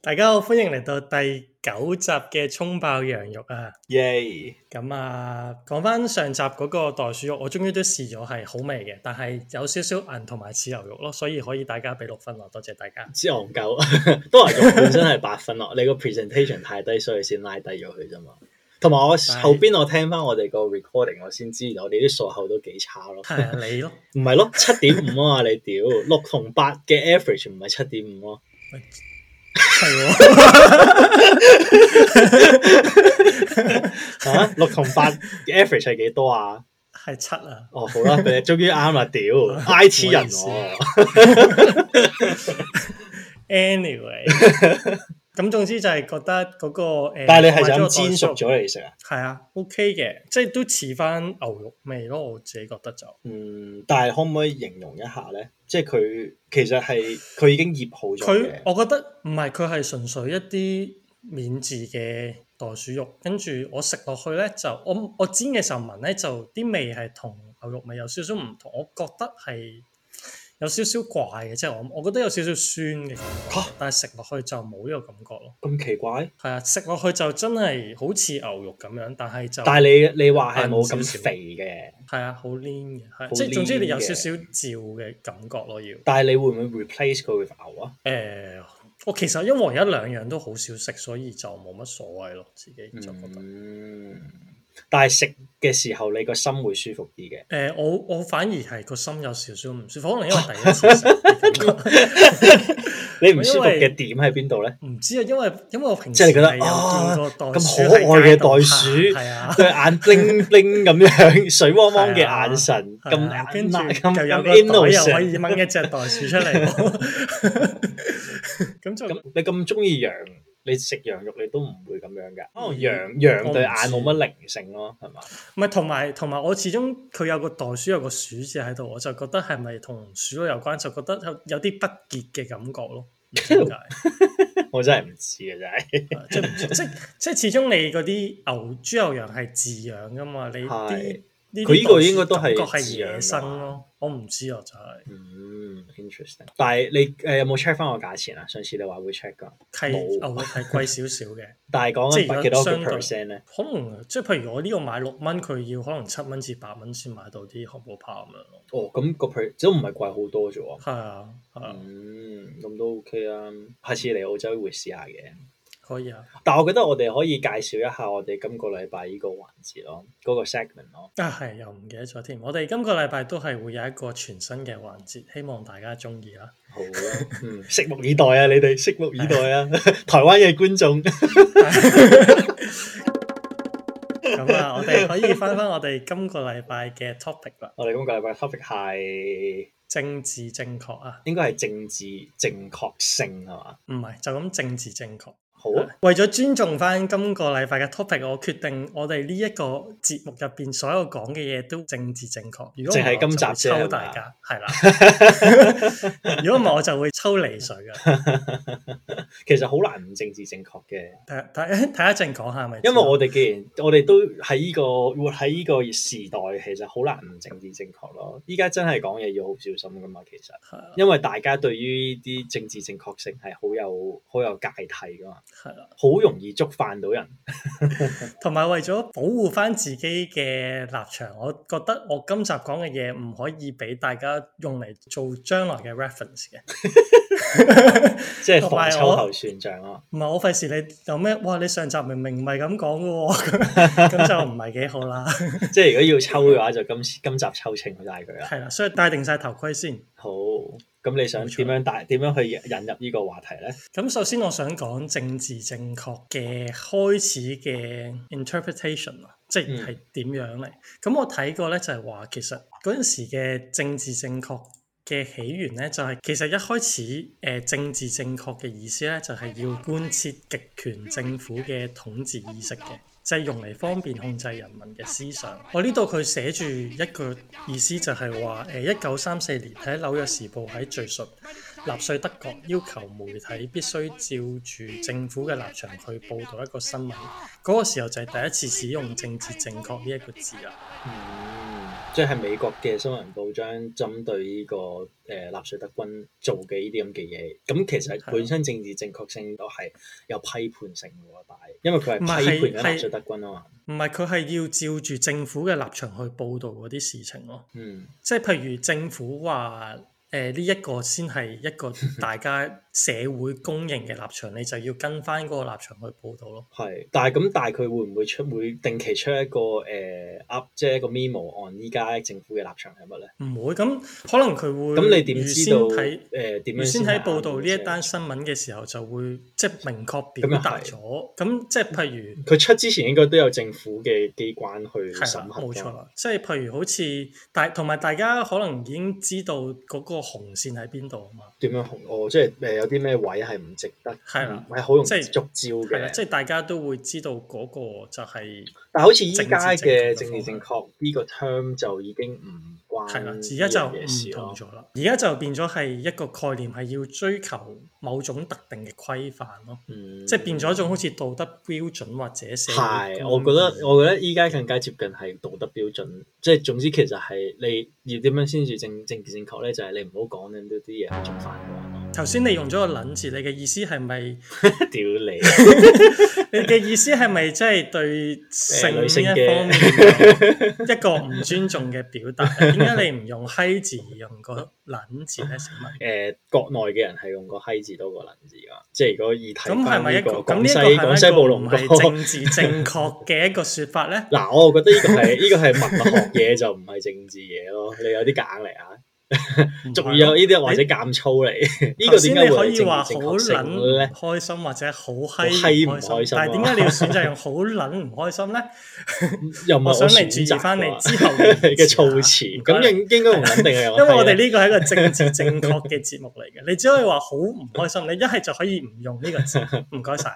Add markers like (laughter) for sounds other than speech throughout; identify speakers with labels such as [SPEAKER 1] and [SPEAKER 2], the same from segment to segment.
[SPEAKER 1] 大家好，歡迎嚟到第九集嘅蔥爆羊肉啊！
[SPEAKER 2] 耶！
[SPEAKER 1] 咁啊，講翻上集嗰個袋鼠肉，我終於都試咗係好味嘅，但係有少少韌同埋似牛肉咯，所以可以大家俾六分咯，多謝大家。
[SPEAKER 2] 之戇鳩， (laughs) 都話肉本身係八分咯，你個 presentation 太低，所以先拉低咗佢啫嘛。同埋我
[SPEAKER 1] 係
[SPEAKER 2] 後邊我聽翻我哋個 recording，我先知我哋啲數口都幾差咯。
[SPEAKER 1] 係啊，你咯，
[SPEAKER 2] 唔係咯，七點五啊嘛，你屌六同八嘅 average 唔係七點五咯。
[SPEAKER 1] 係喎， (laughs)
[SPEAKER 2] 嚇，六同八嘅 average 係幾多啊？
[SPEAKER 1] 係七啊，
[SPEAKER 2] 哦，好啦，俾你終於啱啦，屌 IT 人我。
[SPEAKER 1] Anyway，咁總之就係覺得嗰、個誒，
[SPEAKER 2] 但係你係就
[SPEAKER 1] 買咗個
[SPEAKER 2] 咁煎
[SPEAKER 1] 袋鼠
[SPEAKER 2] 熟
[SPEAKER 1] 肉，
[SPEAKER 2] 咗嚟食啊？
[SPEAKER 1] 係啊，OK 嘅，即係都似翻牛肉味咯，我自己覺得就
[SPEAKER 2] 嗯，但係可唔可以形容一下咧？即係佢其實係佢已經醃好咗
[SPEAKER 1] 佢
[SPEAKER 2] 嘅，。
[SPEAKER 1] 我覺得唔係佢係純粹一啲免治嘅袋鼠肉，跟住我食落去咧就我我煎嘅時候聞咧就啲味係同牛肉味有少少唔同，我覺得係有少少怪嘅，即係我我覺得有少少酸嘅感覺，
[SPEAKER 2] 嚇
[SPEAKER 1] 但係食落去就冇呢個感覺咯。
[SPEAKER 2] 咁奇怪，
[SPEAKER 1] 係啊，食落去就真係好似牛肉咁樣，但係就
[SPEAKER 2] 但係你你話係冇
[SPEAKER 1] 硬少
[SPEAKER 2] 咁
[SPEAKER 1] 少
[SPEAKER 2] 肥嘅，
[SPEAKER 1] 係啊，好 lean 嘅，係
[SPEAKER 2] 好
[SPEAKER 1] 即係總之你有
[SPEAKER 2] lean
[SPEAKER 1] 少
[SPEAKER 2] 嘅
[SPEAKER 1] 少嚼嘅感覺咯，要。
[SPEAKER 2] 但係你會唔會 replace 佢 with 牛啊？
[SPEAKER 1] 誒、呃我其實因為一兩樣都好少食，所以就冇乜所謂咯，自己就覺得。誒、
[SPEAKER 2] 嗯，但係食嘅時候你個心會舒服啲嘅。
[SPEAKER 1] 呃我我反而係個心有少少唔舒服，可能因為第一次食啲
[SPEAKER 2] (laughs)
[SPEAKER 1] 感覺，
[SPEAKER 2] 你唔舒服
[SPEAKER 1] 因為
[SPEAKER 2] 嘅點喺邊度咧？
[SPEAKER 1] 唔知啊，因為因為我平時
[SPEAKER 2] 即係你覺得啊
[SPEAKER 1] 係有見過袋鼠
[SPEAKER 2] 咁可愛嘅袋
[SPEAKER 1] 喺街度
[SPEAKER 2] 鼠
[SPEAKER 1] 行係啊。
[SPEAKER 2] 對眼 bling bling 咁樣，水汪汪嘅
[SPEAKER 1] 係啊
[SPEAKER 2] 眼神， (laughs) 咁
[SPEAKER 1] 係啊跟住
[SPEAKER 2] 咁
[SPEAKER 1] 就有
[SPEAKER 2] 咁
[SPEAKER 1] 個袋又可
[SPEAKER 2] innocent。
[SPEAKER 1] 以掹一隻袋鼠出嚟，
[SPEAKER 2] (laughs)
[SPEAKER 1] 咁就
[SPEAKER 2] 咁你咁中意羊，你食羊肉你都唔會咁樣㗎。可能羊
[SPEAKER 1] 哦我唔
[SPEAKER 2] 羊對眼
[SPEAKER 1] 知
[SPEAKER 2] 冇乜靈性咯，係嘛？
[SPEAKER 1] 唔係同埋同埋，我始終佢有個袋鼠有個鼠字喺度，我就覺得係咪同鼠佬有關，就覺得有有啲不潔嘅感覺咯。唔知
[SPEAKER 2] (laughs)
[SPEAKER 1] 點解
[SPEAKER 2] 我真係唔知嘅真係。
[SPEAKER 1] 係即係唔知即即始終你嗰啲牛、豬、牛羊係飼養噶嘛，你啲
[SPEAKER 2] 係
[SPEAKER 1] 呢啲
[SPEAKER 2] 佢呢個應該都
[SPEAKER 1] 袋
[SPEAKER 2] 係
[SPEAKER 1] 鼠感覺係
[SPEAKER 2] 飼養㗎
[SPEAKER 1] 野
[SPEAKER 2] 嘛
[SPEAKER 1] 生咯。我唔知啊，就
[SPEAKER 2] 嗯，interesting。但係你誒有冇 check 翻個價錢啊？上次你話會 check 㗎，
[SPEAKER 1] 係係
[SPEAKER 2] 冇
[SPEAKER 1] 牛肉係貴少少嘅， (laughs)
[SPEAKER 2] 但係講
[SPEAKER 1] 即係如
[SPEAKER 2] 緊
[SPEAKER 1] 果
[SPEAKER 2] 百幾多個
[SPEAKER 1] 相對
[SPEAKER 2] percent 咧？
[SPEAKER 1] 可能即係譬如我呢個買六蚊，佢要可能七蚊至八蚊先買到啲漢堡包咁樣咯。
[SPEAKER 2] 哦，咁個 per 都唔係貴好多啫喎。
[SPEAKER 1] 係啊，係啊，
[SPEAKER 2] 嗯，咁都 OK 啊。下次嚟澳洲會試下嘅。
[SPEAKER 1] 可以啊。
[SPEAKER 2] 但係我覺得我哋可以介紹一下我哋今個禮拜呢個環節咯，嗰個 segment 咯。
[SPEAKER 1] 啊，係又唔記得咗添。我哋今個禮拜都係會有一個全新嘅環節，希望大家中意啦。
[SPEAKER 2] 好啦， (laughs) 嗯，拭目以待啊！你哋拭目以待啊！台灣嘅觀眾， (laughs)
[SPEAKER 1] 咁啊，我哋可以翻翻我哋今個禮拜嘅 topic 啦，
[SPEAKER 2] 我哋今個禮拜嘅 topic 係
[SPEAKER 1] 政治正確啊，
[SPEAKER 2] 應該係政治正確性係嘛？
[SPEAKER 1] 唔係就咁政治正確。
[SPEAKER 2] 好啊，
[SPEAKER 1] 為咗尊重翻今個禮拜嘅 topic，我決定我哋呢一個節目入邊所有講嘅嘢都政治正確。如果唔
[SPEAKER 2] 淨係
[SPEAKER 1] 係
[SPEAKER 2] 今集
[SPEAKER 1] 我就會抽
[SPEAKER 2] 啫係嘛
[SPEAKER 1] 大家，係啦。如果唔係我就會抽離水噶。
[SPEAKER 2] 其實好難唔政治正確嘅，
[SPEAKER 1] 睇睇睇一陣講下咪知
[SPEAKER 2] 因
[SPEAKER 1] 咯。
[SPEAKER 2] 為我哋既然我哋都喺呢個活喺呢個時代，其實好難唔政治正確咯。依家真係講嘢要好小心噶嘛，其實
[SPEAKER 1] 係啊
[SPEAKER 2] 因為大家對於啲政治正確性係好有好有芥蒂噶嘛，
[SPEAKER 1] 係啦。
[SPEAKER 2] 好容易觸犯到人。
[SPEAKER 1] 同埋為咗保護翻自己嘅立場，我覺得我今集講嘅嘢唔可以俾大家用嚟做將來嘅 reference 嘅。
[SPEAKER 2] 即係
[SPEAKER 1] 同埋
[SPEAKER 2] 防秋
[SPEAKER 1] 我
[SPEAKER 2] 後算賬啊！
[SPEAKER 1] 唔係我費事你有咩？哇！你上集明明唔係咁講嘅喎，咁就唔係幾好啦。 (laughs)
[SPEAKER 2] 即係如果要抽嘅話，就今次今集抽清晒佢啦。
[SPEAKER 1] 係啦，所以戴定晒頭盔先。
[SPEAKER 2] 好，咁你想
[SPEAKER 1] 冇錯
[SPEAKER 2] 點樣帶點樣去引入呢個話題咧？
[SPEAKER 1] 咁首先我想講政治正確嘅開始嘅 interpretation 啊，即
[SPEAKER 2] 嗯
[SPEAKER 1] 係點樣嚟？咁、我睇過咧就係話，其實嗰陣時嘅政治正確嘅起源咧，就係、其實一開始誒、呃政治正確嘅意思咧，就係、要貫徹極權政府嘅統治意識嘅。就係用嚟方便控制人民嘅思想。我呢度佢寫住呃一句意思就係話，誒一九三四年喺《紐約時報》喺敘述納粹德國要求媒體必須照住政府嘅立場去報導一個新聞，嗰、個時候就係第一次使用政治正確呢一個字啦。
[SPEAKER 2] 嗯，即係美國嘅新聞報章針對呢、個誒、呃、納粹德軍做嘅呢啲咁嘅嘢，咁其
[SPEAKER 1] 係啊
[SPEAKER 2] 實本身政治正確性都係有批判性嘅喎，但係因為佢係
[SPEAKER 1] 唔係
[SPEAKER 2] 批判緊
[SPEAKER 1] 係
[SPEAKER 2] 納粹德軍啊嘛，
[SPEAKER 1] 唔係佢係要照住政府嘅立場去報導嗰啲事情咯。
[SPEAKER 2] 嗯
[SPEAKER 1] 即係譬如政府話誒呢一個先係一
[SPEAKER 2] (laughs)
[SPEAKER 1] 個大家社會公認嘅立場，你就要跟翻嗰個立場去報導咯。
[SPEAKER 2] 係，但係咁但係佢會唔會出會定期出一個誒 up 即係一個 memo on 依家政府嘅立場係乜咧？
[SPEAKER 1] 唔會咁，可能佢會
[SPEAKER 2] 咁你點
[SPEAKER 1] 預
[SPEAKER 2] 知
[SPEAKER 1] 先
[SPEAKER 2] 道
[SPEAKER 1] 睇
[SPEAKER 2] 誒點
[SPEAKER 1] 預
[SPEAKER 2] 樣
[SPEAKER 1] 先
[SPEAKER 2] 係
[SPEAKER 1] 喺報導呢一
[SPEAKER 2] 啱嘅
[SPEAKER 1] 單新聞嘅時候，就會即係明確表
[SPEAKER 2] 咁又係
[SPEAKER 1] 達咗。咁即係譬如
[SPEAKER 2] 佢出之前應該都有政府嘅機關去
[SPEAKER 1] 係
[SPEAKER 2] 審
[SPEAKER 1] 啦，
[SPEAKER 2] 核
[SPEAKER 1] 冇錯
[SPEAKER 2] 㗎嘛
[SPEAKER 1] 啦。即係譬如好似大同埋大家可能已經知道嗰個紅線喺邊度啊嘛。
[SPEAKER 2] 點樣紅哦，即係誒有啲咩位係唔值得，
[SPEAKER 1] 係啦
[SPEAKER 2] 係好容易
[SPEAKER 1] 即係
[SPEAKER 2] 觸招
[SPEAKER 1] 係啦，
[SPEAKER 2] 嘅。
[SPEAKER 1] 即係大家都會知道嗰個就係
[SPEAKER 2] 但係好似依家嘅
[SPEAKER 1] 政治
[SPEAKER 2] 政治
[SPEAKER 1] 正
[SPEAKER 2] 正
[SPEAKER 1] 確
[SPEAKER 2] 確呢個 term 就已經唔關
[SPEAKER 1] 係啦，
[SPEAKER 2] 嗯呢
[SPEAKER 1] 而家就
[SPEAKER 2] 樣嘢事
[SPEAKER 1] 唔同
[SPEAKER 2] 咯。
[SPEAKER 1] 咗啦。而家就變咗係一個概念，係要追求某種特定嘅規範咯，
[SPEAKER 2] 嗯
[SPEAKER 1] 即係變咗一種好似道德標準或者社會
[SPEAKER 2] 係，
[SPEAKER 1] 公
[SPEAKER 2] 我
[SPEAKER 1] 義
[SPEAKER 2] 覺得我覺得依家更加接近係道德標準，即係總之其實係你要點樣先至正政治正確咧，就係你唔好講咁多啲嘢係觸犯嘅話
[SPEAKER 1] (laughs)
[SPEAKER 2] 咯。
[SPEAKER 1] 頭先你用咗個撚字，你嘅意思係咪？ (laughs)
[SPEAKER 2] 屌你！
[SPEAKER 1] 你嘅意思係咪即係對性
[SPEAKER 2] 女性
[SPEAKER 1] 呢一
[SPEAKER 2] 嘅
[SPEAKER 1] 方
[SPEAKER 2] (laughs)
[SPEAKER 1] 面有一個唔尊重嘅表達？點解你唔用閪字而用個撚字咧？請問？
[SPEAKER 2] 誒、國內嘅人係用個閪字多過撚字㗎，即係如果以睇
[SPEAKER 1] 咁係
[SPEAKER 2] 翻
[SPEAKER 1] 咪一
[SPEAKER 2] 呢
[SPEAKER 1] 個
[SPEAKER 2] 個
[SPEAKER 1] 咁
[SPEAKER 2] 廣
[SPEAKER 1] 呢
[SPEAKER 2] 西
[SPEAKER 1] 一個
[SPEAKER 2] 廣西
[SPEAKER 1] 係咪
[SPEAKER 2] 暴
[SPEAKER 1] 一個唔
[SPEAKER 2] 龍
[SPEAKER 1] 係
[SPEAKER 2] 哥。？
[SPEAKER 1] 政治正確嘅一個説法咧
[SPEAKER 2] (laughs) 嗱，我覺得呢個
[SPEAKER 1] (laughs)
[SPEAKER 2] 係呢個係文學嘢，就唔係政治嘢咯。你有啲夾硬嚟啊！仲要有呢啲或者減粗嚟，呢
[SPEAKER 1] 頭
[SPEAKER 2] 個
[SPEAKER 1] 先
[SPEAKER 2] 點
[SPEAKER 1] 你
[SPEAKER 2] 解
[SPEAKER 1] 可
[SPEAKER 2] 會
[SPEAKER 1] 以
[SPEAKER 2] 係
[SPEAKER 1] 話
[SPEAKER 2] 政
[SPEAKER 1] 好
[SPEAKER 2] 治正確性
[SPEAKER 1] 撚
[SPEAKER 2] 咧
[SPEAKER 1] 唔？開心或者好閪
[SPEAKER 2] 好閪唔
[SPEAKER 1] 唔開
[SPEAKER 2] 開
[SPEAKER 1] 心，
[SPEAKER 2] 心
[SPEAKER 1] 但係
[SPEAKER 2] 啊
[SPEAKER 1] 點解你要選擇用好撚唔開心咧？
[SPEAKER 2] 又唔係
[SPEAKER 1] 我想你
[SPEAKER 2] 選
[SPEAKER 1] 注
[SPEAKER 2] 擇
[SPEAKER 1] 意翻你
[SPEAKER 2] 㗎
[SPEAKER 1] 之後
[SPEAKER 2] (laughs) 嘅措辭，
[SPEAKER 1] 詞啊唔
[SPEAKER 2] 咁
[SPEAKER 1] 該
[SPEAKER 2] 應應該唔肯
[SPEAKER 1] (laughs)
[SPEAKER 2] 定係啊
[SPEAKER 1] 因為我哋
[SPEAKER 2] 呢
[SPEAKER 1] 呢個係一個政治 (laughs) 正確嘅節目嚟嘅，你只可以話好唔開心，你一係就可以唔用呢個
[SPEAKER 2] (laughs)
[SPEAKER 1] 字，唔該晒。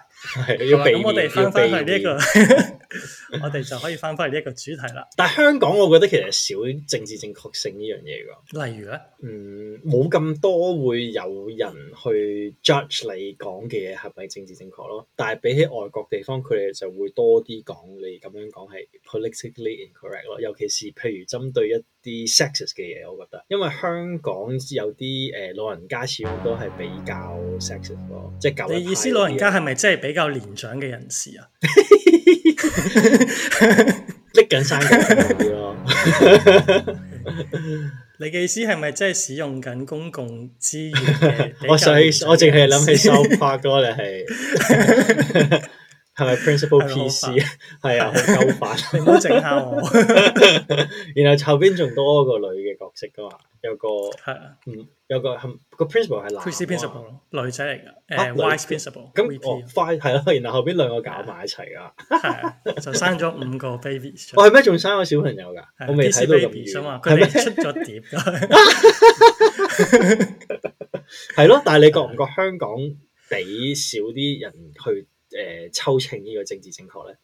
[SPEAKER 2] 係
[SPEAKER 1] 好
[SPEAKER 2] 要
[SPEAKER 1] 啦
[SPEAKER 2] 避
[SPEAKER 1] 咁我哋
[SPEAKER 2] 免，要
[SPEAKER 1] 翻返去
[SPEAKER 2] 避
[SPEAKER 1] 呢一個
[SPEAKER 2] 免。，
[SPEAKER 1] (laughs) 我哋就可以翻返去呢一個主題啦。
[SPEAKER 2] 但係香港，我覺得其實少政治正確性呢樣嘢㗎。
[SPEAKER 1] 例如咧，
[SPEAKER 2] 嗯，冇咁多會有人去 judge 你講嘅嘢係咪政治正確咯。但係比起外國地方，佢哋就會多啲講你咁樣講係 politically incorrect 咯。尤其是譬如針對一啲 sexist 嘅嘢，我覺得，因為香港有啲誒、呃老人家始終都係比較 sexist 咯，即係舊一
[SPEAKER 1] 你意思
[SPEAKER 2] 派
[SPEAKER 1] 老
[SPEAKER 2] 嗰啲
[SPEAKER 1] 人家係咪即係比較年長嘅人士啊？
[SPEAKER 2] 拎緊生果嗰啲咯。
[SPEAKER 1] 你嘅意思係咪即係使用緊公共資源嘅 (laughs) 比較
[SPEAKER 2] 我想起
[SPEAKER 1] 年長嘅
[SPEAKER 2] 我淨係
[SPEAKER 1] 人
[SPEAKER 2] 諗
[SPEAKER 1] 士 (laughs)
[SPEAKER 2] 起 South Park 咯，你係係咪 Principal
[SPEAKER 1] 係咪好煩
[SPEAKER 2] PC 啊？係啊，好鳩
[SPEAKER 1] (laughs) 你唔
[SPEAKER 2] 煩。 (laughs)
[SPEAKER 1] 好整下我。
[SPEAKER 2] 然後後邊仲多個女嘅角色噶嘛，有個
[SPEAKER 1] 係
[SPEAKER 2] (laughs)
[SPEAKER 1] 啊
[SPEAKER 2] 嗯有個係個 Principal 係男啊
[SPEAKER 1] p r i n c i Principal 咯，女仔嚟噶。
[SPEAKER 2] 啊
[SPEAKER 1] 誒
[SPEAKER 2] 女
[SPEAKER 1] Vice Principal
[SPEAKER 2] 咁哦
[SPEAKER 1] VP
[SPEAKER 2] 快係咯，然後後邊兩個搞埋一齊啊！
[SPEAKER 1] 係啊就生咗五個 baby 出嚟。
[SPEAKER 2] 我係咩仲生咗小朋友㗎？我未睇到咁
[SPEAKER 1] b 啊嘛
[SPEAKER 2] 遠，，
[SPEAKER 1] 佢
[SPEAKER 2] 係
[SPEAKER 1] 哋
[SPEAKER 2] 咩？
[SPEAKER 1] 出咗碟㗎。(laughs)
[SPEAKER 2] (laughs) 係咯，但係你覺唔覺香港俾少啲人去誒抽秤呢個政治正確咧？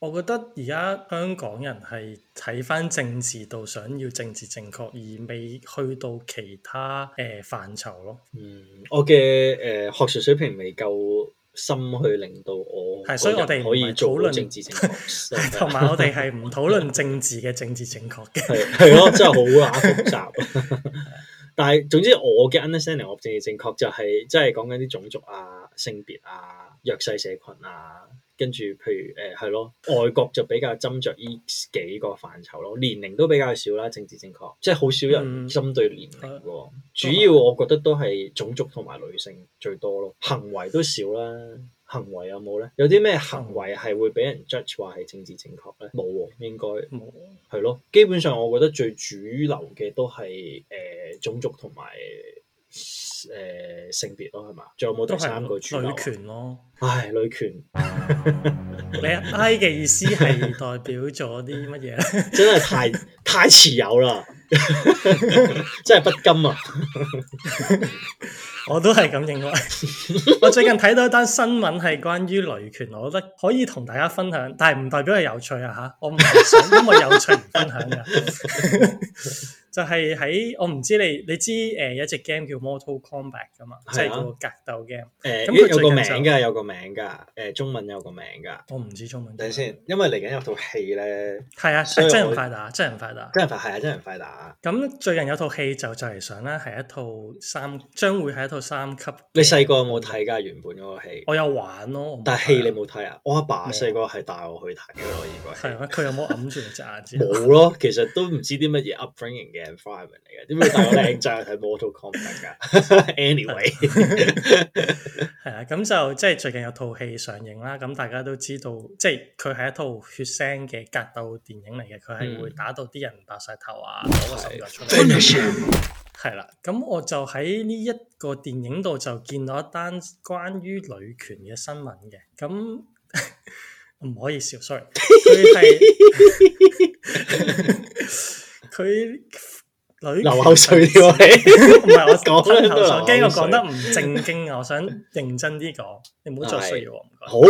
[SPEAKER 1] 我覺得而家香港人係睇翻政治度，想要政治正確，而未去到其他誒、呃、範疇咯。
[SPEAKER 2] 嗯，我嘅誒、呃、學術水平未夠深去令到我
[SPEAKER 1] 係所以我哋唔係
[SPEAKER 2] 可以做
[SPEAKER 1] 討
[SPEAKER 2] 到
[SPEAKER 1] 論
[SPEAKER 2] 政治正確，
[SPEAKER 1] 同埋我哋 (laughs) 係唔討論政治嘅政治正確嘅。
[SPEAKER 2] 係係咯，真係好乸複雜。啊 (laughs) 但係總之我嘅 understanding 我政治正確就係即係講緊啲種族啊、性別啊、弱勢社群啊，跟住譬如誒係咯，外國就比較斟酌呢幾個範疇咯，年齡都比較少啦，政治正確即係好少
[SPEAKER 1] 嗯
[SPEAKER 2] 人針對年齡喎。主要我覺得都係種族同埋女性最多咯，行為都少啦。行為有冇咧？有啲咩行為係會俾人 judge 話係政治正確咧？冇喎，應該。
[SPEAKER 1] 冇
[SPEAKER 2] 係咯，基本上我覺得最主流嘅都係誒、呃、種族同埋誒性別咯，係嘛？仲有冇
[SPEAKER 1] 都
[SPEAKER 2] 第三個
[SPEAKER 1] 係
[SPEAKER 2] 主流
[SPEAKER 1] 女
[SPEAKER 2] 啊？
[SPEAKER 1] 權咯。
[SPEAKER 2] 唉，女權
[SPEAKER 1] 你 I 嘅意思係代表咗啲乜嘢咧？
[SPEAKER 2] 真係
[SPEAKER 1] (laughs)
[SPEAKER 2] 太太持有啦， (laughs) 真係不甘
[SPEAKER 1] (laughs)
[SPEAKER 2] 啊！
[SPEAKER 1] 我都係咁認為。我最近睇到一單新聞係關於女權，我覺得可以同大家分享，但係唔代表係有趣啊吓，我唔係想因為有趣而分享嘅。 (laughs) 就係喺我唔知你你知誒、呃有一隻 game 叫 Mortal Kombat 噶嘛，
[SPEAKER 2] 係啊
[SPEAKER 1] 即係個格鬥 game。
[SPEAKER 2] 誒，
[SPEAKER 1] 咁佢
[SPEAKER 2] 呃有個名
[SPEAKER 1] 最近
[SPEAKER 2] 㗎，有個名㗎，誒中文有個名㗎。
[SPEAKER 1] 我唔知中文。
[SPEAKER 2] 等陣先，因為嚟緊有套戲咧，
[SPEAKER 1] 係啊，
[SPEAKER 2] 所以
[SPEAKER 1] 係真
[SPEAKER 2] 我
[SPEAKER 1] 人快打，真人快打。
[SPEAKER 2] 真人快係啊，真人快打。
[SPEAKER 1] 咁最近有套戲就就嚟上啦，係一套三，將會係一套三級。
[SPEAKER 2] 你細個有冇睇㗎？原本嗰個戲，
[SPEAKER 1] 我有玩咯，我冇
[SPEAKER 2] 但係戲
[SPEAKER 1] 睇啊
[SPEAKER 2] 你冇睇啊？我阿爸
[SPEAKER 1] 冇
[SPEAKER 2] 細個係帶我去睇嘅咯，應該
[SPEAKER 1] 係啊咩？佢有冇揞住隻眼睛？
[SPEAKER 2] (laughs) 冇咯。其實都唔知啲乜嘢 upbringing 嘅 environment 嚟嘅，點解帶我靚仔去睇 Mortal Kombat 㗎 (laughs)
[SPEAKER 1] (laughs)
[SPEAKER 2] ？Anyway，
[SPEAKER 1] 係啊，咁就即係最近有套戲上映啦，咁大家都知道，即係佢係一套血腥嘅格鬥電影嚟嘅，佢
[SPEAKER 2] 嗯
[SPEAKER 1] 係會打到啲人白晒頭啊，攞個手腳出嚟。係啦，咁我就喺呢一個電影度就見到一單關於女權嘅新聞嘅，咁 (laughs) 唔可以笑，sorry，佢
[SPEAKER 2] (laughs)
[SPEAKER 1] 係 (laughs) 佢女
[SPEAKER 2] 流
[SPEAKER 1] 權
[SPEAKER 2] 口水添喎，
[SPEAKER 1] 唔係我
[SPEAKER 2] 講
[SPEAKER 1] 講
[SPEAKER 2] 咧
[SPEAKER 1] 頭
[SPEAKER 2] 都流
[SPEAKER 1] 水，
[SPEAKER 2] 口
[SPEAKER 1] 驚我
[SPEAKER 2] 水
[SPEAKER 1] 講得唔正
[SPEAKER 2] (laughs)
[SPEAKER 1] 經啊！我想認真啲講，你唔好再衰我啊唔該。
[SPEAKER 2] 好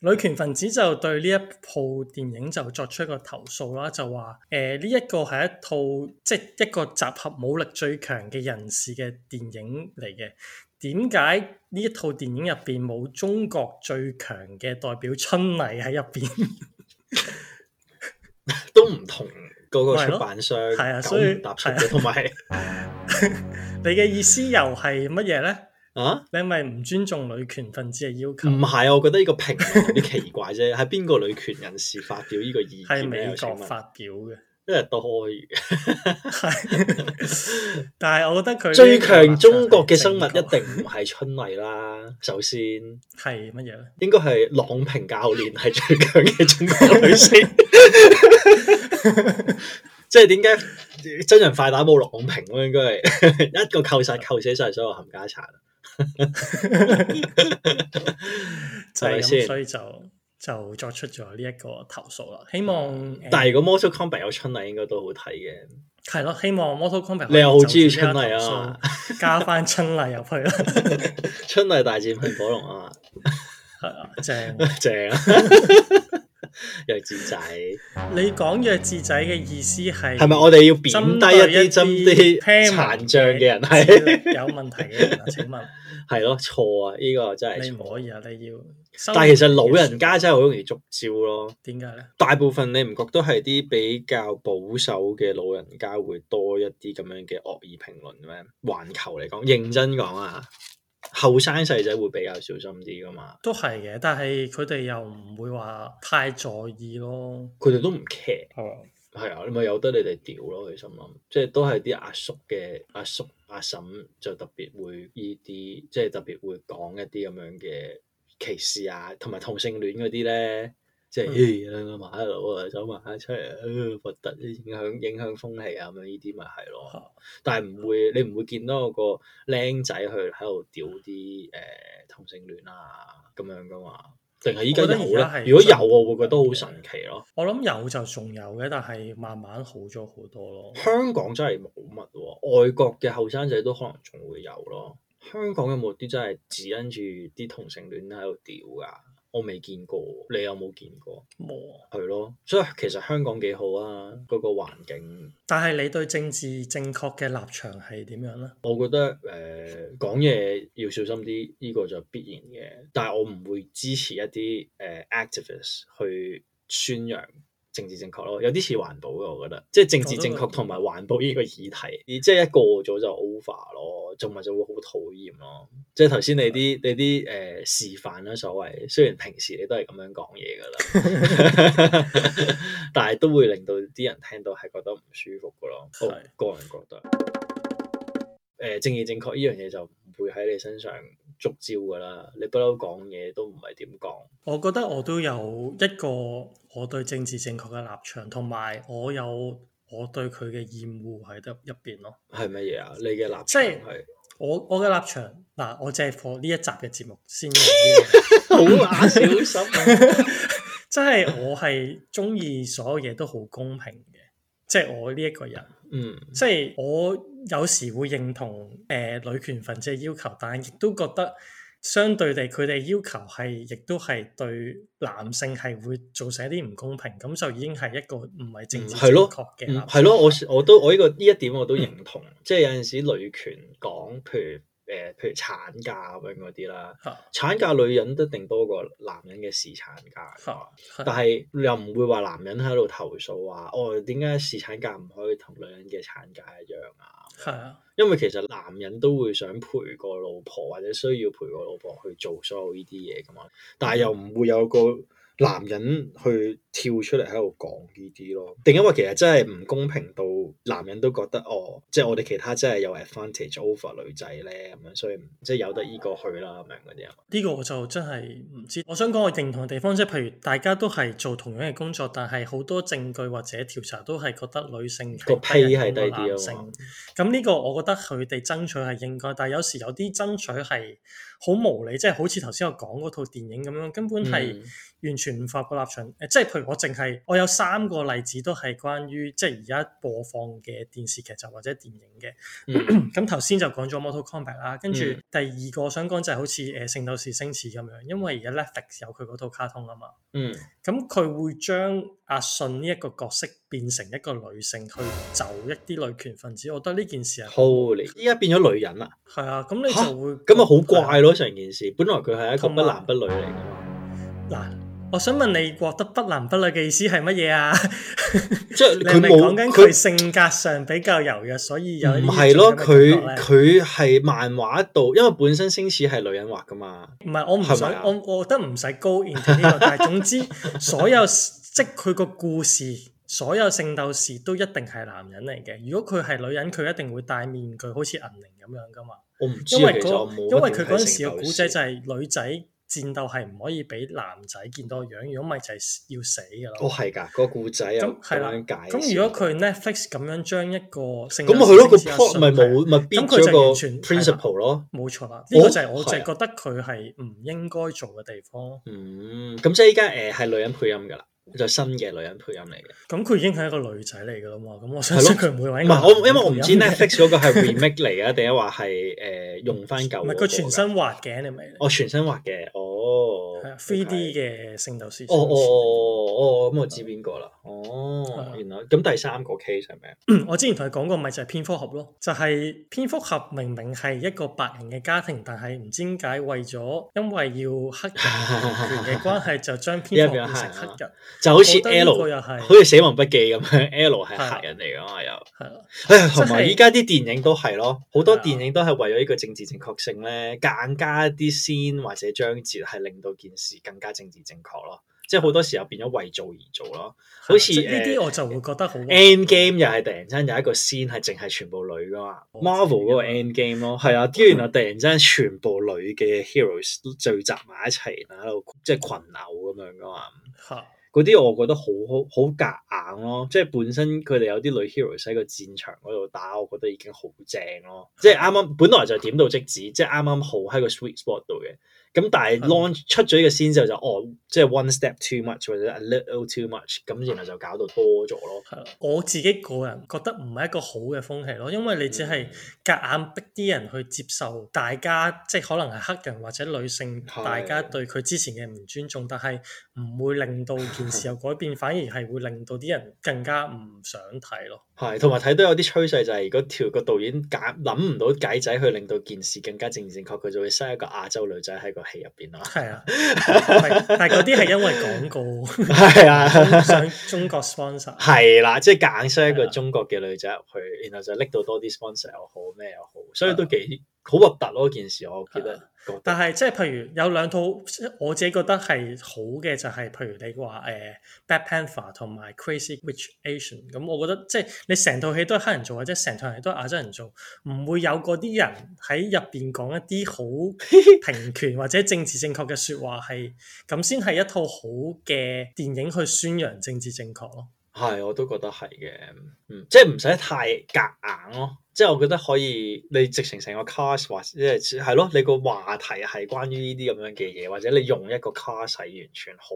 [SPEAKER 1] 女權分子就對呢一套電影就作出一個投訴啦，就話誒呢一個係一套即係一個集合武力最強嘅人士嘅電影嚟嘅。點解呢一套電影入邊冇中國最強嘅代表春麗喺入邊？ (laughs)
[SPEAKER 2] 都唔同嗰個
[SPEAKER 1] 係咯
[SPEAKER 2] 出版商
[SPEAKER 1] 係啊
[SPEAKER 2] 九
[SPEAKER 1] 所以
[SPEAKER 2] 唔搭出
[SPEAKER 1] 係
[SPEAKER 2] 嘅，同埋
[SPEAKER 1] 你嘅意思又係乜嘢呢？
[SPEAKER 2] 啊。
[SPEAKER 1] 你係咪唔尊重女權分子嘅要求？
[SPEAKER 2] 唔係，我覺得呢個評論有啲奇怪啫。係邊個女權人士發表呢個意
[SPEAKER 1] 係
[SPEAKER 2] 見
[SPEAKER 1] 美
[SPEAKER 2] 咧？我請
[SPEAKER 1] 國
[SPEAKER 2] 問
[SPEAKER 1] 發表嘅。
[SPEAKER 2] 一日到開，
[SPEAKER 1] 係，但係我覺得佢
[SPEAKER 2] 最強中國嘅生物一
[SPEAKER 1] 呢個立場
[SPEAKER 2] 定唔係春麗啦。首先，
[SPEAKER 1] 係乜嘢咧？
[SPEAKER 2] 應該係郎平教練係最強嘅中國
[SPEAKER 1] (laughs)
[SPEAKER 2] 女星。即係點解真人快打冇郎平咯？應該係 (laughs) 一個扣晒扣死晒所有冚家鏟。
[SPEAKER 1] 就係
[SPEAKER 2] 係咪先
[SPEAKER 1] 咁，所以就就作出咗呢一個投訴啦。希望誒
[SPEAKER 2] 嗯但係如果 Mortal Kombat 有春麗，應該都好睇嘅。
[SPEAKER 1] 係咯，希望 Mortal Kombat
[SPEAKER 2] 你又
[SPEAKER 1] 可
[SPEAKER 2] 好
[SPEAKER 1] 以就
[SPEAKER 2] 中意
[SPEAKER 1] 住呢一個
[SPEAKER 2] 春麗啊
[SPEAKER 1] 投訴，加翻春麗入去
[SPEAKER 2] (laughs)
[SPEAKER 1] 啦，
[SPEAKER 2] 春麗大戰噴火龍啊！ (laughs)
[SPEAKER 1] 係啊，正。
[SPEAKER 2] 正啊！ (laughs) 弱智仔，
[SPEAKER 1] 你講弱智仔嘅意思係
[SPEAKER 2] 係咪我哋要貶低一
[SPEAKER 1] 針
[SPEAKER 2] 啲針
[SPEAKER 1] 對一
[SPEAKER 2] 啲
[SPEAKER 1] 啲啊聽聞
[SPEAKER 2] 殘障嘅人？
[SPEAKER 1] 智力
[SPEAKER 2] 係
[SPEAKER 1] 有問題嘅人啊？請問
[SPEAKER 2] 係咯，錯啊！呢個真
[SPEAKER 1] 你
[SPEAKER 2] (laughs) 係
[SPEAKER 1] 唔
[SPEAKER 2] 錯。
[SPEAKER 1] 可以啊？你要收
[SPEAKER 2] 但係其實老人家真係好容易中招咯。
[SPEAKER 1] 點解咧？
[SPEAKER 2] 大部分你唔覺得係啲比較保守嘅老人家會多一啲咁樣嘅惡意評論咩？環球嚟講，認真講啊，後生細仔會比較小心啲噶嘛。
[SPEAKER 1] 都係嘅，但係佢哋又唔會話太在意咯。
[SPEAKER 2] 佢哋都唔 care。
[SPEAKER 1] 係啊，
[SPEAKER 2] 係啊，你咪由得你哋屌咯，佢心諗，即係都係啲阿叔嘅阿叔阿嬸就特別會呢啲，即係特別會講一啲咁樣嘅歧視啊，同埋同性戀嗰啲咧，即係
[SPEAKER 1] 嗯
[SPEAKER 2] 誒兩個馬佬啊走埋一出嚟，啊核突影響影響風氣啊咁樣，呢啲咪係咯。但係唔會，你唔會見到有個僆仔去喺度屌啲誒同性戀啊咁樣噶嘛？定係依家
[SPEAKER 1] 我
[SPEAKER 2] 有
[SPEAKER 1] 覺得而家
[SPEAKER 2] 咧？
[SPEAKER 1] 係啊
[SPEAKER 2] 如果有，我會覺得好神奇咯。
[SPEAKER 1] 我諗有就仲有嘅，但係慢慢好咗好多咯。
[SPEAKER 2] 香港真係冇乜喎，外國嘅後生仔都可能仲會有咯。香港有冇啲真係只因住啲同性戀喺度屌噶？我未見過，你有冇見過？
[SPEAKER 1] 冇啊，
[SPEAKER 2] 係咯，所以其實香港幾好啊，嗰、個環境，
[SPEAKER 1] 但係你對政治正確嘅立場係點樣呢？
[SPEAKER 2] 我覺得誒講嘢要小心啲，呢、個就必然嘅。但係我唔會支持一啲誒、呃 activist 去宣揚政治正確咯，有啲似環保嘅，我覺得，即係政治正確同埋環保呢個議題，而即係一過咗就 over 咯，仲咪就會好討厭咯。即係頭先你啲你啲誒、呃示範啦，所謂雖然平時你都係咁樣講嘢㗎 (laughs) 啦，但係都會令到啲人聽到係覺得唔舒服㗎咯。我
[SPEAKER 1] 係
[SPEAKER 2] 個人覺得。誒、正義正確呢樣嘢就唔會喺你身上觸礁㗎啦，你不嬲講嘢都唔係點講，
[SPEAKER 1] 我覺得我都有一個我對政治正確嘅立場，同埋我有我對佢嘅厭惡喺入入邊咯。
[SPEAKER 2] 係乜嘢啊？你嘅立場
[SPEAKER 1] 即係
[SPEAKER 2] 係。
[SPEAKER 1] 我我嘅立場嗱，我借貨呢一集嘅節目先用呢個。
[SPEAKER 2] 好乸小心啊！
[SPEAKER 1] (laughs) 即係我係中意所有嘢都好公平嘅，即係我呢一個人，
[SPEAKER 2] (laughs) 嗯，
[SPEAKER 1] 即係我有時會認同誒、呃女權分子嘅要求，但係亦都覺得相對地，佢哋要求係亦都係對男性係會造成一啲唔公平，咁就已經係一個唔係政治正
[SPEAKER 2] 嗯係咯
[SPEAKER 1] 確嘅
[SPEAKER 2] 嗯
[SPEAKER 1] 立，
[SPEAKER 2] 係咯，我我都我呢、個呢一點我都
[SPEAKER 1] (laughs)
[SPEAKER 2] 認同，即係有陣時女權講，譬如誒、譬如產假咁樣嗰啲啦，
[SPEAKER 1] 嚇
[SPEAKER 2] 產假女人一定多過男人嘅侍產假㗎嘛。
[SPEAKER 1] 嚇
[SPEAKER 2] 但係又唔會話男人喺度投訴話，哦點解侍產假唔可以同女人嘅產假一樣啊？
[SPEAKER 1] 係啊，
[SPEAKER 2] 因為其實男人都會想陪個老婆，或者需要陪個老婆去做所有呢啲嘢噶嘛，但係又唔會有個男人去跳出嚟喺度講呢啲咯。定因為其實真係唔公平到男人都覺得哦，即係我哋其他真係有 advantage over 女仔咧咁樣，所以即係由得呢個去啦咁樣嗰啲啊。
[SPEAKER 1] 呢個我就真係唔知。我想講我認同嘅地方，即係譬如大家都係做同樣嘅工作，但係好多證據或者調查都係覺得女性
[SPEAKER 2] 個
[SPEAKER 1] 係
[SPEAKER 2] 批係
[SPEAKER 1] 人
[SPEAKER 2] 低
[SPEAKER 1] 工過男
[SPEAKER 2] 啲啊嘛
[SPEAKER 1] 性。，咁呢個我覺得佢哋爭取係應該，但係有時有啲爭取係好無理，即係好似頭先我講嗰套電影咁樣，根本係
[SPEAKER 2] 嗯
[SPEAKER 1] 完全唔符合個立場。誒、即係譬如我淨係我有三個例子都係關於即係而家播放嘅電視劇集或者電影嘅。
[SPEAKER 2] 嗯
[SPEAKER 1] 咁頭先就講咗 Mortal Kombat 啦，跟住
[SPEAKER 2] 嗯
[SPEAKER 1] 第二個想講就係好似誒聖鬥士星矢咁樣，因為而家 Netflix 有佢嗰套卡通啊嘛。
[SPEAKER 2] 嗯
[SPEAKER 1] 咁佢會將阿信呢一個角色變成一個女性去就一啲女權分子，我覺得呢件事係
[SPEAKER 2] ，Holy！依家變咗女人啦，
[SPEAKER 1] 係啊，咁你
[SPEAKER 2] 嚇
[SPEAKER 1] 就會
[SPEAKER 2] 咁啊好怪咯成件事。本來佢係一個
[SPEAKER 1] 同
[SPEAKER 2] 不
[SPEAKER 1] 埋
[SPEAKER 2] 男不女嚟噶
[SPEAKER 1] 嗯
[SPEAKER 2] 嘛，
[SPEAKER 1] 嗱。我想問你覺得不男不女嘅意思係乜嘢啊？
[SPEAKER 2] 即係
[SPEAKER 1] 你
[SPEAKER 2] 佢
[SPEAKER 1] 係咪
[SPEAKER 2] 冇
[SPEAKER 1] 講緊
[SPEAKER 2] 佢
[SPEAKER 1] 佢性格上比較柔弱，所以有
[SPEAKER 2] 唔
[SPEAKER 1] 係
[SPEAKER 2] 係咯，佢佢係漫畫度，因為本身星矢係女人畫噶嘛。
[SPEAKER 1] 唔係，我唔
[SPEAKER 2] 係咪啊
[SPEAKER 1] 想，我我覺得唔使 go into 呢個，但係總
[SPEAKER 2] (laughs)
[SPEAKER 1] 之所有即係佢個故事，所有聖鬥士都一定係男人嚟嘅。如果佢係女人，佢一定會戴面具，好似銀鈴咁樣噶嘛。
[SPEAKER 2] 我唔知
[SPEAKER 1] 因
[SPEAKER 2] 啊，
[SPEAKER 1] 為
[SPEAKER 2] 其實
[SPEAKER 1] 嗰
[SPEAKER 2] 我冇
[SPEAKER 1] 因為佢嗰
[SPEAKER 2] 陣
[SPEAKER 1] 陣時嘅古仔就係女仔戰鬥係唔可以俾男仔見到個樣，如果唔係就係要死噶
[SPEAKER 2] 哦
[SPEAKER 1] 啦。
[SPEAKER 2] 係㗎，個古仔啊
[SPEAKER 1] 咁係啦
[SPEAKER 2] 咁樣解釋。
[SPEAKER 1] 咁如果佢 Netflix 咁樣將一個聖鬥
[SPEAKER 2] 咁
[SPEAKER 1] 士
[SPEAKER 2] 咪係咯，個
[SPEAKER 1] 星矢阿
[SPEAKER 2] plot 咪
[SPEAKER 1] 信係啊
[SPEAKER 2] 冇咪變
[SPEAKER 1] 佢
[SPEAKER 2] 咗
[SPEAKER 1] 就
[SPEAKER 2] 個
[SPEAKER 1] 完全係啦啊
[SPEAKER 2] principle 咯。
[SPEAKER 1] 冇錯啦，呢個就係
[SPEAKER 2] 哦
[SPEAKER 1] 我就
[SPEAKER 2] 係啊
[SPEAKER 1] 係覺得佢係唔應該做嘅地方咯。
[SPEAKER 2] 嗯，咁即係依家誒係女人配音㗎啦，就新嘅女人配音嚟嘅。
[SPEAKER 1] 咁佢已經係一個女仔嚟噶啦嘛，咁我
[SPEAKER 2] 係
[SPEAKER 1] 相
[SPEAKER 2] 咯
[SPEAKER 1] 信佢唔會揾
[SPEAKER 2] 唔係我因為我唔知 Netflix 嗰個係 remake 嚟啊，定係話係誒用翻舊嗰
[SPEAKER 1] 唔
[SPEAKER 2] 個
[SPEAKER 1] 係
[SPEAKER 2] 㗎。
[SPEAKER 1] 佢全身滑頸你咪
[SPEAKER 2] 我全身畫嘅，
[SPEAKER 1] 啊
[SPEAKER 2] 哦
[SPEAKER 1] 係啊，three D
[SPEAKER 2] OK
[SPEAKER 1] 嘅聖鬥士。
[SPEAKER 2] 哦哦哦哦，咁我知邊個啦。哦，
[SPEAKER 1] 係啊
[SPEAKER 2] 原來咁第三個 case 係咩？
[SPEAKER 1] 嗯 (clears throat) 我之前同你講過，咪就係蝙蝠俠咯，就係蝙蝠俠明明係一個白人嘅家庭，但係唔知點解為咗因為要黑人權嘅關係，就將
[SPEAKER 2] (laughs)
[SPEAKER 1] 蝙蝠俠變成黑人，
[SPEAKER 2] 就好似
[SPEAKER 1] 我覺得
[SPEAKER 2] L，
[SPEAKER 1] 呢個又係
[SPEAKER 2] 好似《死亡筆記》咁樣，L (laughs) 係
[SPEAKER 1] 係啊
[SPEAKER 2] 黑人嚟噶嘛又。
[SPEAKER 1] 係啦，
[SPEAKER 2] 哎呀，同
[SPEAKER 1] 即
[SPEAKER 2] 埋
[SPEAKER 1] 係
[SPEAKER 2] 依家啲電影都係咯，好多
[SPEAKER 1] 係啊
[SPEAKER 2] 電影都係為咗呢個政治正確性咧，硬加一啲先或者章節係令到件事更加政治正確咯。即係好多時候變咗為做而做咯。好似
[SPEAKER 1] 即係呢
[SPEAKER 2] 誒
[SPEAKER 1] 啲我就會覺得好。
[SPEAKER 2] End Game 又係突然間有一個 scene 係淨係全部女噶嘛
[SPEAKER 1] 我知
[SPEAKER 2] ，Marvel 嗰個 End Game 咯，係啊，跟住原來突然間全部女嘅 heroes 都聚集埋一齊，然後喺度 (laughs) 即係群毆咁樣噶嘛，
[SPEAKER 1] 嚇
[SPEAKER 2] 嗰啲我覺得好好好夾硬咯，即係本身佢哋有啲女 heroes 喺個戰場嗰度打，我覺得已經好正咯，即係啱啱本來就點到即止，即係啱啱好喺個 sweet spot 度嘅。咁但係
[SPEAKER 1] 係
[SPEAKER 2] launch 出咗呢個 scene 之後就哦，即係 one step too much 或者 a little too much，咁然後就搞到多咗咯。
[SPEAKER 1] 係啦，我自己個人覺得唔係一個好嘅風氣咯，因為你只係
[SPEAKER 2] 嗯
[SPEAKER 1] 夾硬逼啲人去接受大家，即係可能係黑人或者女性，
[SPEAKER 2] 係
[SPEAKER 1] 大家對佢之前嘅唔尊重，但係唔會令到件事有改
[SPEAKER 2] (laughs)
[SPEAKER 1] 變，反而係會令到啲人更加唔想睇咯。。
[SPEAKER 2] 係，同埋睇到有啲趨勢就係、如果條個導演解諗唔到計仔去令到件事更加正正確，佢就會塞一個亞洲女仔喺個戲入邊啦 (laughs)
[SPEAKER 1] 係啊，但但係嗰啲係因為廣告
[SPEAKER 2] (laughs) 係啊，
[SPEAKER 1] 想中國 sponsor。
[SPEAKER 2] (laughs) 係啦，即係夾硬塞一個
[SPEAKER 1] 係啊
[SPEAKER 2] 中國嘅女仔入去，然後就拎到多啲 sponsor 又好咩又好，所以都幾好核突咯件事，我記得覺
[SPEAKER 1] 但
[SPEAKER 2] 得。
[SPEAKER 1] 啊係即啊係譬如有兩套，我自己覺得係好嘅就係、譬如你話誒、Bad Panther》同埋《Crazy Rich Asian》咁，我覺得即係你成套戲都係黑人做，或者成套戲都係亞洲人做，唔會有嗰啲人喺入邊講一啲好平權 (laughs) 或者政治正確嘅説話係，咁先係一套好嘅電影去宣揚政治正確咯。
[SPEAKER 2] 係，我都覺得係嘅，嗯，即係唔使太夾硬咯。即係我覺得可以，你直情成個 cast 或者係係咯，你個話題係關於呢啲咁樣嘅嘢，或者你用一個 cast 係完全好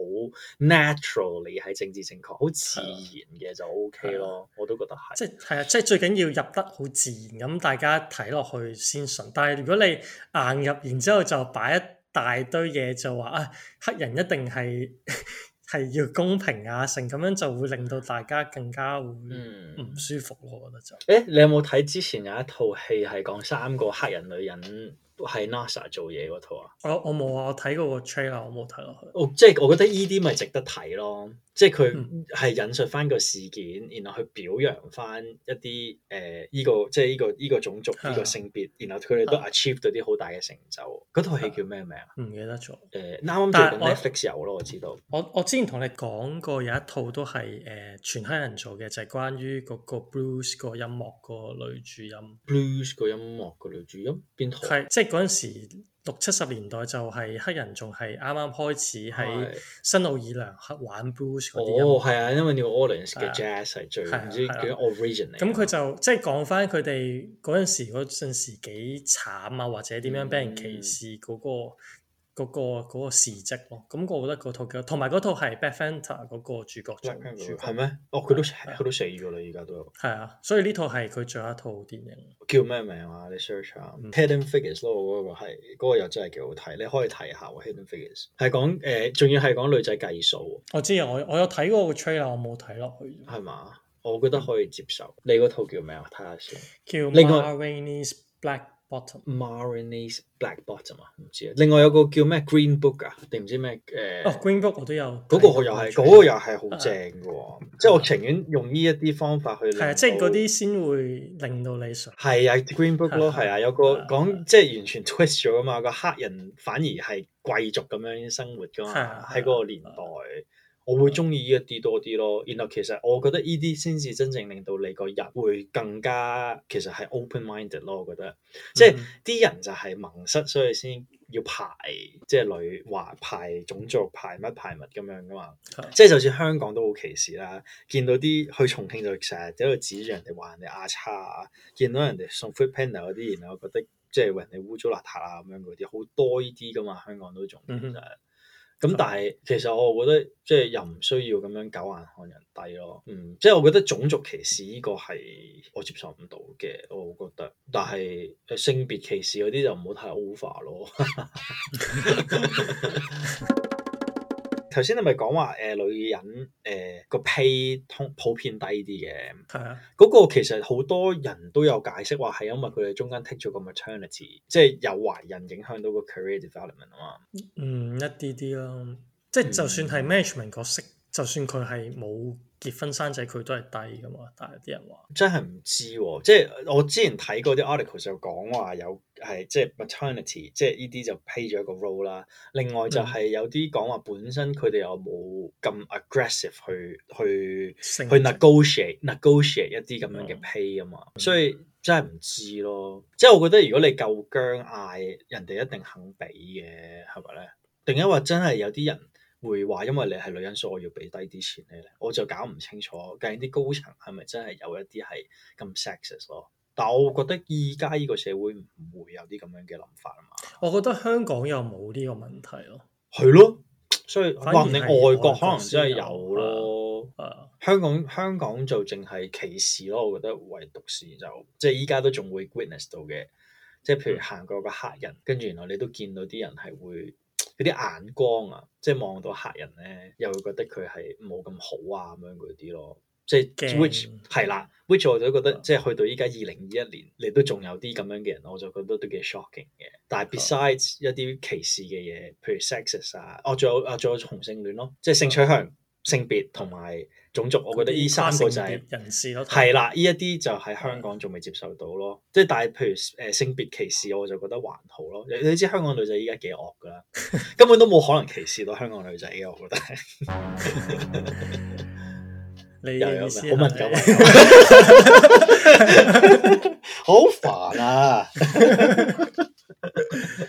[SPEAKER 2] naturally 係政治正確、好自然嘅就 OK 咯。我都覺得啊係。
[SPEAKER 1] 即係係啊，即係最緊要入得好自然咁，大家睇落去先順。但係如果你硬入，然之後就擺一大堆嘢就話啊，黑人一定係 (laughs) 係要公平啊，成咁樣就會令到大家更加會唔
[SPEAKER 2] 嗯，
[SPEAKER 1] 舒服咯。我覺得就
[SPEAKER 2] 誒，你有冇睇之前有一套戲係講三個黑人女人喺 NASA 做嘢嗰套啊？
[SPEAKER 1] 我我冇啊，我睇過個 trailer，我冇睇落去。
[SPEAKER 2] 我即係我覺得呢啲咪值得睇咯，即係
[SPEAKER 1] 嗯
[SPEAKER 2] 佢係引述翻個事件，然後去表揚翻一啲誒依個即係依個依個種族
[SPEAKER 1] 係啊
[SPEAKER 2] 呢個性別，然後佢哋都
[SPEAKER 1] 啊
[SPEAKER 2] achieve 到啲好大嘅成就。嗰套
[SPEAKER 1] 係
[SPEAKER 2] 戲
[SPEAKER 1] 啊
[SPEAKER 2] 叫咩名啊？呃
[SPEAKER 1] 唔記得咗。
[SPEAKER 2] 誒啱啱
[SPEAKER 1] 但係
[SPEAKER 2] 最近
[SPEAKER 1] 我
[SPEAKER 2] Netflix 有咯，我知道。
[SPEAKER 1] 我我之前同你講過有一套都係誒、呃全黑人做嘅，就係、關於嗰個 blues 個音樂個女主音，
[SPEAKER 2] Blues 個音樂個女主音邊套啊？
[SPEAKER 1] 係即係嗰陣時六七十年代就係黑人仲係啱啱開始喺
[SPEAKER 2] 係
[SPEAKER 1] 新奧爾良黑玩 blues 嗰啲音
[SPEAKER 2] 哦，
[SPEAKER 1] 樂，
[SPEAKER 2] 係啊，因為 New Orleans
[SPEAKER 1] 係
[SPEAKER 2] 嘅
[SPEAKER 1] 啊
[SPEAKER 2] jazz 係最
[SPEAKER 1] 係啊
[SPEAKER 2] 唔知
[SPEAKER 1] 係啊
[SPEAKER 2] 叫 origin 嚟。
[SPEAKER 1] 咁佢、就即係講翻佢哋嗰陣時嗰陣時幾慘啊，或者點樣俾人歧視嗰、個。嗰、個嗰個事蹟咯，咁我覺得嗰套幾好，同埋嗰套係 Black Panther 嗰個主角做主
[SPEAKER 2] 係
[SPEAKER 1] 角，
[SPEAKER 2] 咩？哦，佢都死
[SPEAKER 1] 係啊
[SPEAKER 2] 佢都死咗啦，而家都有
[SPEAKER 1] 係啊，所以呢套係佢最後一套電影。
[SPEAKER 2] 叫咩名啊？你 search 下
[SPEAKER 1] 嗯
[SPEAKER 2] Hidden Figures 咯，我嗰個係嗰個又真係幾好睇，你可以睇下喎。Hidden Figures 係講誒，仲要係講女仔計數
[SPEAKER 1] 我知啊，我我有睇過個 trailer，我冇睇落去。
[SPEAKER 2] 係嘛？我覺得
[SPEAKER 1] 嗯
[SPEAKER 2] 可以接受。你嗰套叫咩啊？睇下先。
[SPEAKER 1] 叫
[SPEAKER 2] 另
[SPEAKER 1] Ma
[SPEAKER 2] 外
[SPEAKER 1] Rainey's Black Bottom。
[SPEAKER 2] Marina's Black Bottom 啊，唔知啊。另外有個叫咩 Green Book 啊，定唔知咩誒？
[SPEAKER 1] 哦，Green Book 我都有睇過。
[SPEAKER 2] 嗰個又係，嗰個又係好正嘅喎，即係我情願用呢一啲方法去
[SPEAKER 1] 嗯係啊，
[SPEAKER 2] 令
[SPEAKER 1] 即係嗰
[SPEAKER 2] 到
[SPEAKER 1] 啲先會令到你想。
[SPEAKER 2] 係啊，Green
[SPEAKER 1] (laughs)
[SPEAKER 2] Book 咯，係啊，有個
[SPEAKER 1] 係
[SPEAKER 2] 講即係完全 twist 咗噶啊嘛，個黑人反而係貴族咁樣生活噶
[SPEAKER 1] 係啊
[SPEAKER 2] 嘛，
[SPEAKER 1] 係啊啊
[SPEAKER 2] 喺嗰個年代，我會中意呢一啲多啲咯。然後其實我覺得呢啲先至真正令到你個人會更加其實係 open minded 咯，我覺得即係
[SPEAKER 1] 嗯
[SPEAKER 2] 啲人就係盲塞，所以先要排即係類話排種族排乜排物咁樣噶嘛。
[SPEAKER 1] 係
[SPEAKER 2] 即係就算香港都好歧視啦，見到啲去重慶就成日喺度指住人哋話人哋阿叉啊，見到人哋送 food panda 嗰啲，然後覺得即係話人哋污糟邋遢啊咁樣嗰啲，好多呢啲噶嘛，香港都仲其
[SPEAKER 1] 嗯哼
[SPEAKER 2] 實。咁但係其實我覺得即係又唔需要咁樣狗眼看人低咯，嗯，即係我覺得種族歧視呢個係我接受唔到嘅，我覺得。但係誒性別歧視嗰啲就唔好太 over
[SPEAKER 1] (laughs)
[SPEAKER 2] 咯。頭先你咪講話誒女人誒個 pay 通普遍低啲嘅，
[SPEAKER 1] 係啊，
[SPEAKER 2] 嗰、個其實好多人都有解釋話係因為佢哋中間 take 咗個 maternity，即係有懷孕影響到個 career development 啊嘛。
[SPEAKER 1] 嗯，一啲啲咯。即
[SPEAKER 2] 嗯
[SPEAKER 1] 係就算係 management 角色，就算佢係冇結婚生仔，佢都係低噶嘛。但係啲人話，
[SPEAKER 2] 真係唔知喎、即係我之前睇過啲 article 就講話有係即係 maternity，即係呢啲就 pay 咗一個 role 啦。另外就係有啲講話本身佢哋有冇咁 aggressive 去去
[SPEAKER 1] 性
[SPEAKER 2] 去
[SPEAKER 1] 別
[SPEAKER 2] negotiate negotiate 一啲咁樣嘅
[SPEAKER 1] 嗯
[SPEAKER 2] pay 啊嘛，所以真係唔知咯。即係我覺得如果你夠僵嗌，人哋一定肯俾嘅，係咪咧？定係話真係有啲人會話，因為你係女人，所以我要俾低啲錢你咧，我就搞唔清楚究竟啲高層係咪真係有一啲係咁 sexist 咯？但我覺得依家呢個社會唔會有啲咁樣嘅諗法啊嘛，
[SPEAKER 1] 我覺得香港又冇呢個問題咯。
[SPEAKER 2] 係咯，所以
[SPEAKER 1] 反而
[SPEAKER 2] 話唔定
[SPEAKER 1] 係
[SPEAKER 2] 外
[SPEAKER 1] 外
[SPEAKER 2] 國可
[SPEAKER 1] 國
[SPEAKER 2] 能
[SPEAKER 1] 先
[SPEAKER 2] 真係
[SPEAKER 1] 有
[SPEAKER 2] 有咯。
[SPEAKER 1] 係啊，
[SPEAKER 2] 香港香港就淨係歧視咯，我覺得唯獨是就即係依家都仲會 witness 到嘅，即係譬如
[SPEAKER 1] 嗯
[SPEAKER 2] 行過個客人，跟住原來你都見到啲人係會嗰啲眼光啊，即係望到客人咧，又會覺得佢係冇咁好啊咁樣嗰啲咯，即係
[SPEAKER 1] 驚
[SPEAKER 2] which 係啦，which 我都覺得
[SPEAKER 1] 嗯
[SPEAKER 2] 即係去到依家二零二一年，你都仲有啲咁樣嘅人，我就覺得都幾 shocking 嘅。
[SPEAKER 1] 啊
[SPEAKER 2] 但係 besides 一啲歧視嘅嘢，譬如 sexist 啊，哦，仲有啊，仲有同性戀咯，即係性
[SPEAKER 1] 啊
[SPEAKER 2] 取向、性別同埋種族，我覺得呢三個就係、
[SPEAKER 1] 跨性別人士咯，
[SPEAKER 2] 係啦，呢一啲就喺香港仲未接受到咯。即係但係譬如誒、呃性別歧視，我就覺得還好咯。你你知香港女仔依家幾惡㗎
[SPEAKER 1] (laughs)
[SPEAKER 2] 啦，根本都冇可能歧視到香港女仔嘅，我覺得。
[SPEAKER 1] 你
[SPEAKER 2] 又
[SPEAKER 1] 嘅
[SPEAKER 2] 有
[SPEAKER 1] 意思
[SPEAKER 2] 好敏感啊
[SPEAKER 1] 係，
[SPEAKER 2] 好煩啊！ (laughs)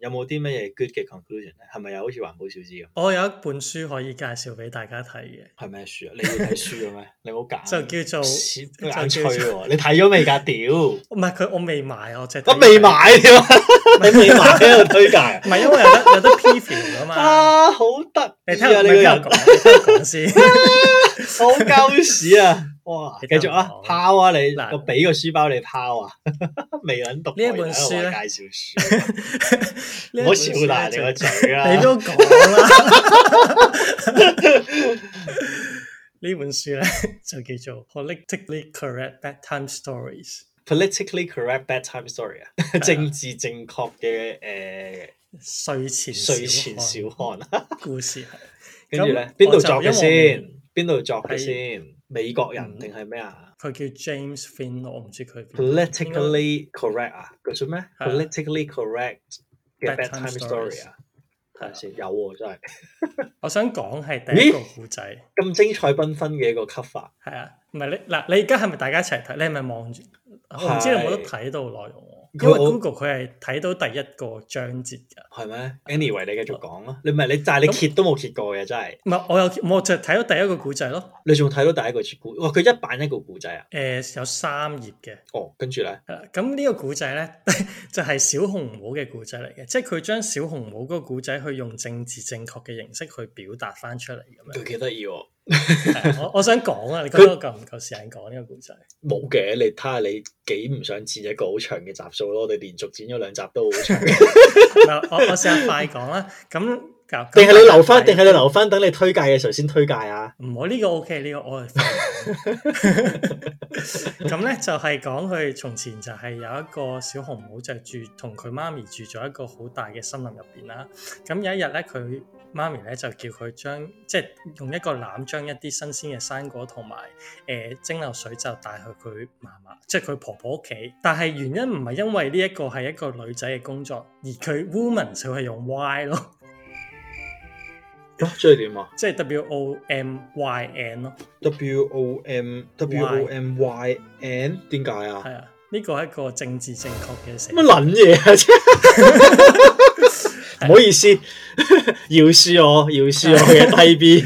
[SPEAKER 2] 有冇啲乜嘢 good 嘅 conclusion 咧？係咪又好似環保小子咁？
[SPEAKER 1] (laughs) 我有一本書可以介紹俾大家睇嘅。
[SPEAKER 2] 係咩書啊？你會睇書
[SPEAKER 1] (laughs)
[SPEAKER 2] 嘅咩？你好揀，
[SPEAKER 1] 就叫做
[SPEAKER 2] 屎
[SPEAKER 1] 就
[SPEAKER 2] 眼吹
[SPEAKER 1] 叫做
[SPEAKER 2] 喎！你睇咗未㗎？屌，
[SPEAKER 1] 唔係佢，我未買， (laughs) 我只
[SPEAKER 2] 我未買添啊！ (laughs) 你未買喺度推
[SPEAKER 1] (laughs)
[SPEAKER 2] 介啊
[SPEAKER 1] 唔係因為有得有得 preview 噶
[SPEAKER 2] (laughs)
[SPEAKER 1] 嘛。
[SPEAKER 2] 啊！好得
[SPEAKER 1] 你
[SPEAKER 2] 意
[SPEAKER 1] 聽我
[SPEAKER 2] 啊！
[SPEAKER 1] 你
[SPEAKER 2] 你
[SPEAKER 1] 聽
[SPEAKER 2] 個
[SPEAKER 1] 我
[SPEAKER 2] 人
[SPEAKER 1] 講，你聽我講先。
[SPEAKER 2] 好鳩屎啊！ (laughs) 哇！
[SPEAKER 1] 你
[SPEAKER 2] 繼續啊
[SPEAKER 1] 聽我，講
[SPEAKER 2] 拋啊你，
[SPEAKER 1] 嗱
[SPEAKER 2] 我俾個書包你拋啊， (laughs) 未撚讀
[SPEAKER 1] 呢一本書咧
[SPEAKER 2] 我介紹書，
[SPEAKER 1] 呢一
[SPEAKER 2] 唔好
[SPEAKER 1] 本
[SPEAKER 2] 笑
[SPEAKER 1] 書咧
[SPEAKER 2] 大
[SPEAKER 1] 就
[SPEAKER 2] 你個嘴啊
[SPEAKER 1] 你
[SPEAKER 2] 啦。
[SPEAKER 1] 都講啦。
[SPEAKER 2] (laughs)
[SPEAKER 1] 呢 (laughs) 本書咧就叫做《Politically Correct Bedtime Stories
[SPEAKER 2] Politically correct bedtime story 啊，政治正確嘅誒》，
[SPEAKER 1] 睡前
[SPEAKER 2] 睡前
[SPEAKER 1] 小
[SPEAKER 2] 小看啊。
[SPEAKER 1] 看故事係
[SPEAKER 2] (laughs) 跟住咧
[SPEAKER 1] 咁，
[SPEAKER 2] 邊
[SPEAKER 1] 我
[SPEAKER 2] 度
[SPEAKER 1] 就
[SPEAKER 2] 作嘅
[SPEAKER 1] 因為
[SPEAKER 2] 先？邊度作嘅
[SPEAKER 1] 係
[SPEAKER 2] 先？美國人
[SPEAKER 1] 嗯
[SPEAKER 2] 定係咩啊
[SPEAKER 1] 佢叫 James Finn，我唔知佢邊個
[SPEAKER 2] ？Politically correct 啊，佢做咩
[SPEAKER 1] 係啊
[SPEAKER 2] ？Politically correct 嘅
[SPEAKER 1] Bedtime
[SPEAKER 2] bedtime story 啊，睇
[SPEAKER 1] 係啊
[SPEAKER 2] 下先有喎，真係
[SPEAKER 1] 我想講係第一個
[SPEAKER 2] 咦
[SPEAKER 1] 故仔，
[SPEAKER 2] 咁精彩繽紛嘅一個 cover。
[SPEAKER 1] 係啊，唔係你嗱，你而家係咪大家一齊睇？你係咪望住？我唔知你有冇得睇到內容喎，
[SPEAKER 2] 佢
[SPEAKER 1] 因為
[SPEAKER 2] 我
[SPEAKER 1] Google 佢係睇到第一個章節㗎。
[SPEAKER 2] 係咩？Anyway，你繼續講啦。你唔係你，但係你揭都冇揭過嘅，真係。
[SPEAKER 1] 唔係，我有我就睇到第一個故仔咯。
[SPEAKER 2] 你仲睇到第一個故，哇！佢一版一個故仔啊。
[SPEAKER 1] 誒、有三頁嘅。
[SPEAKER 2] 哦，跟住咧，
[SPEAKER 1] 係啦，咁呢個 (laughs) 古仔咧，就係小紅帽嘅古仔嚟嘅，即係佢將小紅帽嗰個古仔去用政治正確嘅形式去表達翻出嚟咁樣
[SPEAKER 2] 佢幾得意喎。
[SPEAKER 1] 係啊。我我想講啊，你覺得我夠唔夠時間講呢個古仔？
[SPEAKER 2] 冇嘅，你睇下你幾唔想剪一個好長嘅集數咯。我哋連續剪咗兩集都好長， (laughs)
[SPEAKER 1] 嗱，我我試下快講啦。咁定
[SPEAKER 2] 定係你留 (laughs) 翻？定係你留翻等你推介嘅時候先推介啊？
[SPEAKER 1] 唔好呢個 OK，呢個我係快講咁咧就係講佢從前就係有一個小紅帽就住同佢媽咪住咗一個好大嘅森林入邊啦。咁有一日咧，佢媽咪咧就叫佢將即係用一個籃將一啲新鮮嘅生果同埋誒蒸餾水就帶去佢嫲嫲，即係佢婆婆屋企。但係原因唔係因為呢一個係一個女仔嘅工作，而佢 woman 就係用 Y 咯，
[SPEAKER 2] 啊，即係點啊
[SPEAKER 1] 即係 W O M Y N 咯。
[SPEAKER 2] ？W O M W O M Y N 點解啊？
[SPEAKER 1] 係啊，呢個係一個政治正確嘅社
[SPEAKER 2] 乜撚嘢啊？ (laughs) 真係唔好意思， (laughs) 要輸我，要輸我嘅低 B。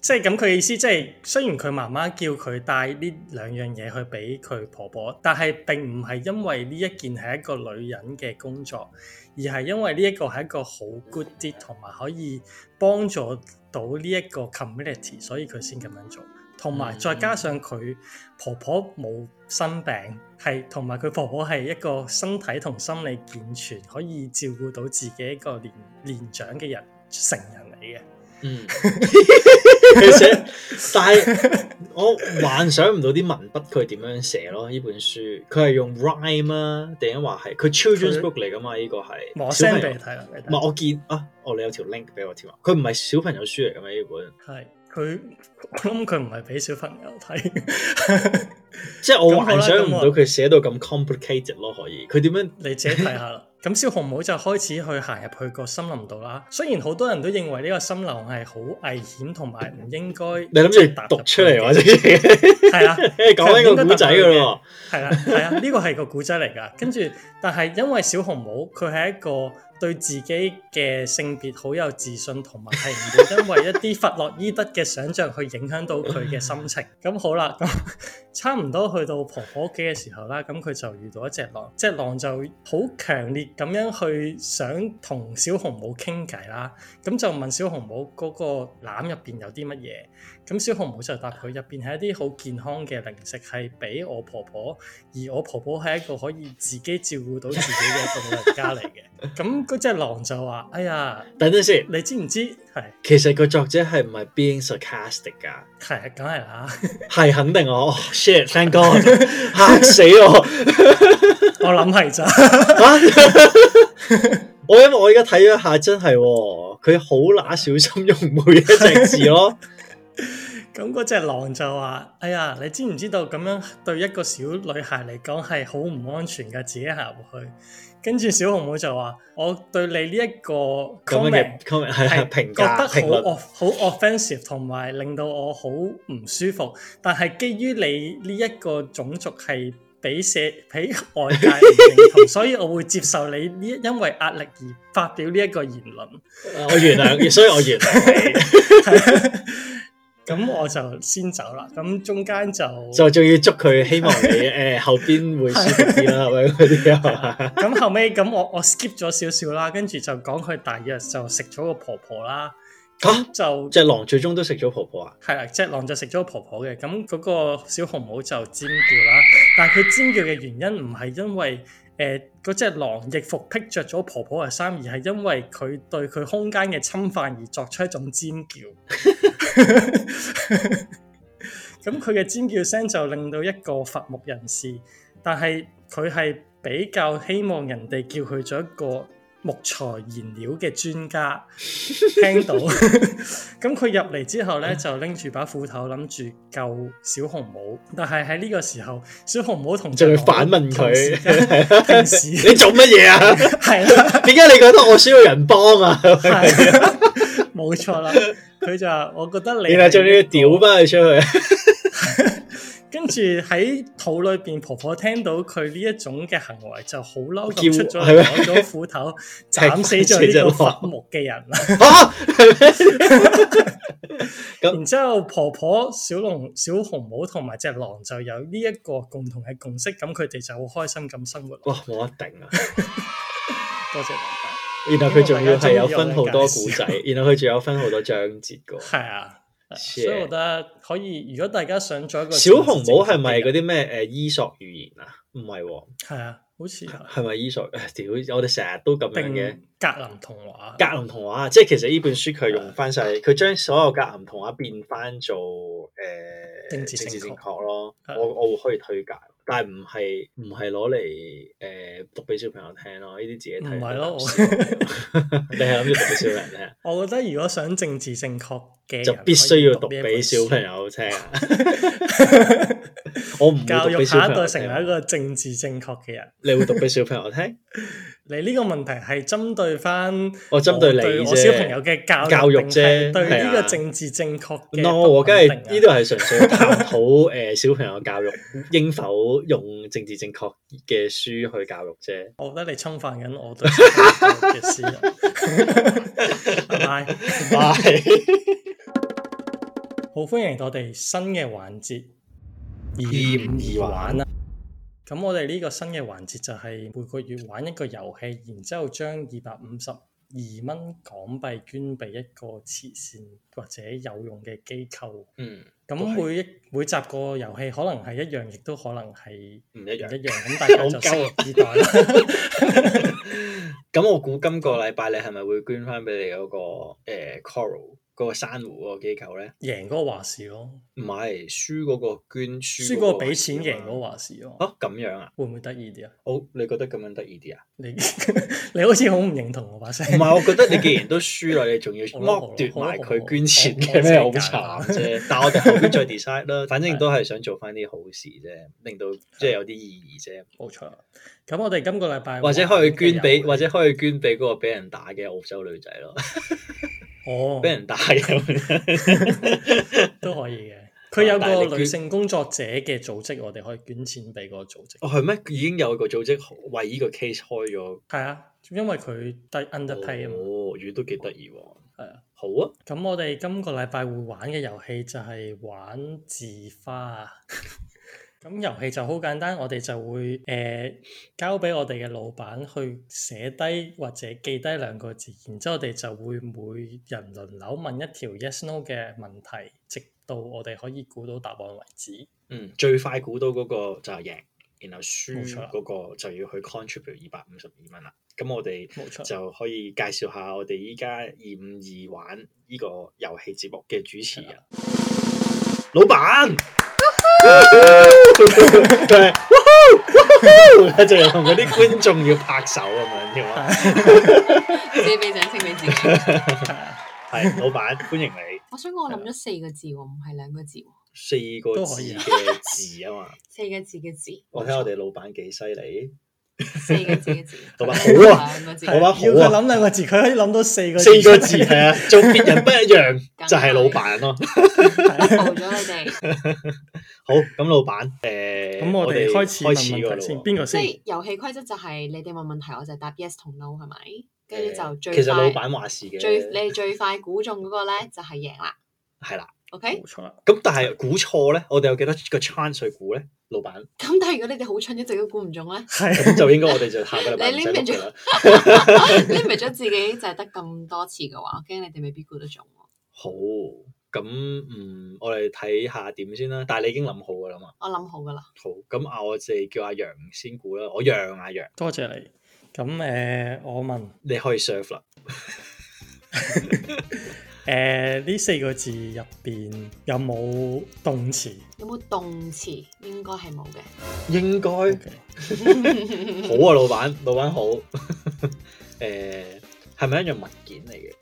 [SPEAKER 1] 即係咁佢嘅意思，即係雖然佢媽媽叫佢帶呢兩樣嘢去俾佢婆婆，但係並唔係因為呢一件係一個女人嘅工作，而係因為呢一個係一個好 good deed，同埋可以幫助到呢一個 community，所以佢先咁樣做。同埋
[SPEAKER 2] 嗯
[SPEAKER 1] 再加上佢婆婆冇生病，係同埋佢婆婆係一個身體同心理健全，可以照顧到自己一個年年長嘅人成人嚟嘅。
[SPEAKER 2] 嗯，佢寫，但係我幻想唔到啲文筆佢點樣寫咯。呢本書佢係用 rhyme 啊，定係話係佢
[SPEAKER 1] 佢
[SPEAKER 2] children's book 嚟噶嘛？呢個係
[SPEAKER 1] 我
[SPEAKER 2] 小
[SPEAKER 1] send
[SPEAKER 2] 朋
[SPEAKER 1] 俾
[SPEAKER 2] 友
[SPEAKER 1] 你。睇啦，你
[SPEAKER 2] 唔係
[SPEAKER 1] 睇。
[SPEAKER 2] 我見啊，哦，你有條 link 俾我添啊。佢唔係小朋友書嚟噶咩？呢本
[SPEAKER 1] 係佢， (laughs) 我諗佢唔係俾小朋友睇， (laughs)
[SPEAKER 2] 即係我
[SPEAKER 1] 咁好
[SPEAKER 2] 幻
[SPEAKER 1] 啦
[SPEAKER 2] 想唔
[SPEAKER 1] 咁我
[SPEAKER 2] 到佢寫到咁 complicated 咯。可以佢點樣？
[SPEAKER 1] 你自己睇下
[SPEAKER 2] (laughs)
[SPEAKER 1] 啦。咁小紅帽就開始去行入去個森林度啦。雖然好多人都認為呢個森林係好危險同埋唔應該，
[SPEAKER 2] 你諗住讀出嚟或者 (laughs) 講
[SPEAKER 1] 係啊啦，
[SPEAKER 2] 緊個古仔噶咯？
[SPEAKER 1] 係啦，係啊，呢個係個古仔嚟
[SPEAKER 2] (laughs)
[SPEAKER 1] 㗎。跟住，但係因為小紅帽佢係一個對自己嘅性別好有自信，同埋係唔會因為一啲弗洛伊德嘅想像去影響到佢嘅心
[SPEAKER 2] (laughs)
[SPEAKER 1] 情。咁好啦，咁 (laughs) 差唔多去到婆婆屋企嘅時候啦，咁佢就遇到一隻狼，隻狼就好強烈咁樣去想同小紅帽傾偈啦。咁就問小紅帽嗰個籃入邊有啲乜嘢？咁小紅帽就答佢入邊係一啲好健康嘅零食，係俾我婆婆，而我婆婆係一個可以自己照顧到自己嘅一個老人家嚟嘅。咁嗰只狼就話：哎呀，
[SPEAKER 2] 等陣先，
[SPEAKER 1] 你知唔知？係
[SPEAKER 2] 其實個作者係唔係 being sarcastic 噶？
[SPEAKER 1] 係，啊梗係啦。
[SPEAKER 2] 係肯定我、哦、shit，thank God，嚇死我
[SPEAKER 1] 我諗係咋？
[SPEAKER 2] 嚇！啊我因為我而家睇咗一下，真係喎、佢好乸小心用每一隻字
[SPEAKER 1] (laughs)
[SPEAKER 2] 咯。
[SPEAKER 1] 咁嗰只狼就話：哎呀，你知唔知道咁樣對一個小女孩嚟講係好唔安全㗎，自己行入去。跟住小紅帽就話：我對你呢一個
[SPEAKER 2] 咁
[SPEAKER 1] comment
[SPEAKER 2] 樣嘅 comment 係係評價評
[SPEAKER 1] 覺得
[SPEAKER 2] 論，
[SPEAKER 1] 好 off 好 offensive，同埋令到我好唔舒服。但係基於你呢一個種族係俾社俾外界唔認同，所以我會接受你呢因為壓力而發表呢一個言論。
[SPEAKER 2] 我原諒，所以我原諒你，
[SPEAKER 1] 咁我就先走啦。咁中間就
[SPEAKER 2] 就仲要祝佢希望
[SPEAKER 1] (laughs)
[SPEAKER 2] 你誒、呃、後邊會舒服啲啦，係咪嗰啲啊？
[SPEAKER 1] 咁後尾咁我我 skip 咗少少啦，跟住就講佢大約就食咗個婆婆啦。
[SPEAKER 2] 嚇
[SPEAKER 1] 就
[SPEAKER 2] 只狼最終都食咗婆婆啊！
[SPEAKER 1] 係啦，只狼就食咗婆婆嘅，咁嗰個小紅帽就尖叫啦。但係佢尖叫嘅原因唔係因為誒呃嗰只狼亦服披着咗婆婆嘅衫，而係因為佢對佢空間嘅侵犯而作出一種尖
[SPEAKER 2] (laughs)
[SPEAKER 1] 叫。咁佢嘅尖叫聲就令到一個伐木人士，但係佢係比較希望人哋叫佢做一個木材燃料嘅專
[SPEAKER 2] (laughs)
[SPEAKER 1] 家。聽到， (laughs) 咁佢入嚟之後咧，就拎住把斧頭諗住救小紅帽，但係喺呢個時候，小紅帽同
[SPEAKER 2] 就
[SPEAKER 1] 隻
[SPEAKER 2] 去
[SPEAKER 1] 狼
[SPEAKER 2] 反問
[SPEAKER 1] 同時
[SPEAKER 2] 佢，
[SPEAKER 1] 間 (laughs) 平時
[SPEAKER 2] (laughs) 你做乜嘢啊？
[SPEAKER 1] 係啦，
[SPEAKER 2] 點解你覺得我需要人幫啊？
[SPEAKER 1] 係啦冇錯啦，佢就話：我覺得你
[SPEAKER 2] (laughs) 然後仲要
[SPEAKER 1] 係一個
[SPEAKER 2] 屌翻佢出去，
[SPEAKER 1] 跟住喺肚裏邊，婆婆聽到佢呢一種嘅行為就好嬲咁出
[SPEAKER 2] 叫
[SPEAKER 1] 咗
[SPEAKER 2] 係
[SPEAKER 1] 嚟
[SPEAKER 2] 咩
[SPEAKER 1] 攞咗斧
[SPEAKER 2] (laughs)
[SPEAKER 1] 頭斬死咗呢個伐木嘅人啦。
[SPEAKER 2] 嚇係咩？
[SPEAKER 1] 然之後婆婆、小龍、小紅帽同埋只狼就有呢一個共同嘅共識，咁佢哋就好開心咁生活落。
[SPEAKER 2] 哇！冇得頂啊！
[SPEAKER 1] 多謝大
[SPEAKER 2] 然後佢仲要係有分好多
[SPEAKER 1] (laughs)
[SPEAKER 2] 古仔，然後佢仲有分好多章節噶。
[SPEAKER 1] 家。係啊，所
[SPEAKER 2] Shit
[SPEAKER 1] 以我覺得可以。如果大家想做一個
[SPEAKER 2] 小紅帽係咪嗰啲咩誒伊索寓言啊？唔係喎，
[SPEAKER 1] 係啊，好似係
[SPEAKER 2] 係咪伊索？ (laughs) 唉屌！我哋成日都咁樣
[SPEAKER 1] 定
[SPEAKER 2] 嘅
[SPEAKER 1] 格林童話。
[SPEAKER 2] 格林童話，啊即係其實呢本書佢用翻
[SPEAKER 1] (laughs)
[SPEAKER 2] 晒，佢將所有格林童話變翻做誒、
[SPEAKER 1] 政治
[SPEAKER 2] 政治
[SPEAKER 1] 正確
[SPEAKER 2] 正
[SPEAKER 1] 啊
[SPEAKER 2] 確咯。
[SPEAKER 1] 係
[SPEAKER 2] 我我會可以推介，但係唔係唔係攞嚟誒讀俾小朋友聽咯？呢啲自己睇
[SPEAKER 1] 唔係咯我
[SPEAKER 2] (laughs) 你係諗住讀俾小朋友聽？
[SPEAKER 1] 我覺得如果想政治正確嘅人，
[SPEAKER 2] 就必須要讀
[SPEAKER 1] 可以
[SPEAKER 2] 俾小
[SPEAKER 1] 呢
[SPEAKER 2] 朋友聽。啊
[SPEAKER 1] (laughs)
[SPEAKER 2] 我唔
[SPEAKER 1] 一本書教育
[SPEAKER 2] 會讀俾小
[SPEAKER 1] 下一
[SPEAKER 2] 朋友
[SPEAKER 1] 代成為一
[SPEAKER 2] 聽。啊
[SPEAKER 1] 個政治正確嘅人。
[SPEAKER 2] 你會讀俾小朋友聽？
[SPEAKER 1] 你呢個問題係針對翻
[SPEAKER 2] 我針對你
[SPEAKER 1] 我小朋友
[SPEAKER 2] 啫。
[SPEAKER 1] 嘅教
[SPEAKER 2] 教育
[SPEAKER 1] 定係
[SPEAKER 2] 啫
[SPEAKER 1] 對呢
[SPEAKER 2] 係
[SPEAKER 1] 個
[SPEAKER 2] 啊
[SPEAKER 1] 政治正確嘅
[SPEAKER 2] no，
[SPEAKER 1] 不
[SPEAKER 2] 我梗係
[SPEAKER 1] 肯定啊
[SPEAKER 2] 呢度係純粹探討誒小朋友教育應否用政治正確嘅書去教育
[SPEAKER 1] (laughs)
[SPEAKER 2] 啫。
[SPEAKER 1] 我覺得你侵犯緊我對小朋友嘅 (laughs) 私人。拜拜，
[SPEAKER 2] 係
[SPEAKER 1] 好歡迎我哋新嘅環節，
[SPEAKER 2] 易唔易玩
[SPEAKER 1] 啊？咁我哋呢個新嘅環節就係每個月玩一個遊戲，然之後將二百五十二蚊港幣捐俾一個慈善或者有用嘅機構。
[SPEAKER 2] 嗯，
[SPEAKER 1] 咁
[SPEAKER 2] 都係
[SPEAKER 1] 每一每集個遊戲可能係一樣，亦都可能係
[SPEAKER 2] 唔一
[SPEAKER 1] 唔一
[SPEAKER 2] 樣。
[SPEAKER 1] 樣。咁大家就拭目以待啦。 (laughs)
[SPEAKER 2] 咁我估今個禮拜你係咪會捐翻俾你嗰、個、誒 Coral 嗰個珊瑚嗰個機構咧？
[SPEAKER 1] 贏嗰個話事咯，
[SPEAKER 2] 唔係，輸嗰個捐輸
[SPEAKER 1] 輸嗰個
[SPEAKER 2] 嗰
[SPEAKER 1] 俾錢，贏嗰
[SPEAKER 2] 個
[SPEAKER 1] 個話事咯。
[SPEAKER 2] 啊咁樣啊？
[SPEAKER 1] 會唔會得意啲啊？
[SPEAKER 2] 好，你覺得咁樣得意啲啊？
[SPEAKER 1] 你 (laughs) 你好似好唔認同我把聲。
[SPEAKER 2] 唔係，我覺得你既然都輸啦，你仲要
[SPEAKER 1] 好啦好啦
[SPEAKER 2] 剝奪埋
[SPEAKER 1] 好啦好啦
[SPEAKER 2] 佢捐錢
[SPEAKER 1] 我
[SPEAKER 2] 嘅咩？好
[SPEAKER 1] 我自己
[SPEAKER 2] 慘啫！但係我哋後邊再 decide 啦，反正都係想做翻啲好事啫，令到即係有啲意義啫。
[SPEAKER 1] 冇錯。咁我哋今個禮拜
[SPEAKER 2] 或者可以捐俾，或
[SPEAKER 1] 玩嘅遊戲
[SPEAKER 2] 者可以捐俾嗰個俾人打嘅澳洲女仔咯，
[SPEAKER 1] 哦
[SPEAKER 2] 俾人打嘅。
[SPEAKER 1] 都可以嘅。佢有
[SPEAKER 2] 但係你
[SPEAKER 1] 個
[SPEAKER 2] 捐
[SPEAKER 1] 女性工作者嘅組織，我哋可以捐錢俾嗰個組織。
[SPEAKER 2] 哦，係咩？已經有個組織為呢個 case 開咗，
[SPEAKER 1] 係啊，因為佢低 underpay 啊嘛。
[SPEAKER 2] 哦，咦，都幾得意喎。
[SPEAKER 1] 係啊。
[SPEAKER 2] 好啊，
[SPEAKER 1] 咁我哋今個禮拜會玩嘅遊戲就係玩字花啊。 (laughs) 咁遊戲就好簡單，我哋就會誒、呃交俾我哋嘅老闆去寫低或者記低兩個字，然之後我哋就會每人輪流問一條 yes no 嘅問題，直到我哋可以估到答案為止。
[SPEAKER 2] 嗯，最快估到嗰個就係贏，然後輸
[SPEAKER 1] 冇錯
[SPEAKER 2] 嗰個就要去 contribute 二百五十二蚊啦。咁我哋
[SPEAKER 1] 冇錯
[SPEAKER 2] 就可以介紹下我哋依家二五二玩呢個遊戲節目嘅主持人，老闆。佢係 Woohoo！Woohoo！就同嗰啲觀眾要拍手咁樣添啊！ (laughs)
[SPEAKER 3] 自己俾掌聲俾自己。
[SPEAKER 1] 係啊
[SPEAKER 2] 係老闆，歡迎你，
[SPEAKER 3] 我想講我諗咗四個字喎，唔係兩個字喎，
[SPEAKER 2] 四個
[SPEAKER 1] 都
[SPEAKER 2] 字
[SPEAKER 1] 可以啊
[SPEAKER 2] 嘅字啊嘛！
[SPEAKER 3] 四個字嘅字，
[SPEAKER 2] 我睇我哋老闆幾犀利，
[SPEAKER 3] 四個字嘅字。
[SPEAKER 2] 老闆好啊！
[SPEAKER 3] 兩個字
[SPEAKER 2] 好啊
[SPEAKER 1] 要佢諗兩個字，佢可以諗到四個字。
[SPEAKER 2] 四個字係啊，做別人不一樣
[SPEAKER 3] 梗係
[SPEAKER 2] 就係老闆咯。
[SPEAKER 3] 報咗你哋，
[SPEAKER 2] 好，咁老
[SPEAKER 1] (laughs)
[SPEAKER 2] 闆，
[SPEAKER 1] (laughs)
[SPEAKER 2] 誒，
[SPEAKER 1] 咁我哋開始問
[SPEAKER 2] 開始㗎
[SPEAKER 1] 問題
[SPEAKER 2] 喇
[SPEAKER 1] 先，
[SPEAKER 2] 喎
[SPEAKER 1] 邊個
[SPEAKER 3] 即
[SPEAKER 1] 先？
[SPEAKER 3] 係遊戲規則就係你哋問問題，我就答 yes 同 no 係咪？跟住就
[SPEAKER 2] 其
[SPEAKER 3] 最
[SPEAKER 2] 實老
[SPEAKER 3] 快
[SPEAKER 2] 闆話事嘅，
[SPEAKER 3] 最你哋最快估中嗰個咧就係贏啦。
[SPEAKER 2] 係啦。
[SPEAKER 3] OK，
[SPEAKER 1] 冇錯啦。，
[SPEAKER 2] 咁但係估錯咧，我哋有幾多個 chance 去估咧？老闆，
[SPEAKER 3] 咁但係如果你哋好蠢，一直都估唔中咧
[SPEAKER 1] 係 (laughs)
[SPEAKER 2] 咁就應該我哋就下個禮拜唔
[SPEAKER 3] 你
[SPEAKER 2] 使
[SPEAKER 3] 拎
[SPEAKER 2] 錄㗎啦。
[SPEAKER 3] 啊你咪咗自己就係得咁多次嘅話，我驚你哋未必估得中喎。
[SPEAKER 2] 好，咁嗯，我哋睇下點先啦。但係你已經諗好㗎啦嘛。
[SPEAKER 3] 我諗好噶啦，
[SPEAKER 2] 好，咁啊，我哋叫阿楊先估啦。我讓阿楊，
[SPEAKER 1] 多謝你。咁誒、呃我問
[SPEAKER 2] 你可以 serve 啦。
[SPEAKER 1] 誒呢、四個字入邊有冇動詞
[SPEAKER 3] 有冇動詞？應該係冇嘅。
[SPEAKER 2] 應該
[SPEAKER 1] ？O K，
[SPEAKER 2] 好啊，老闆，老闆好。 (laughs) 誒，係咪一樣物件嚟嘅？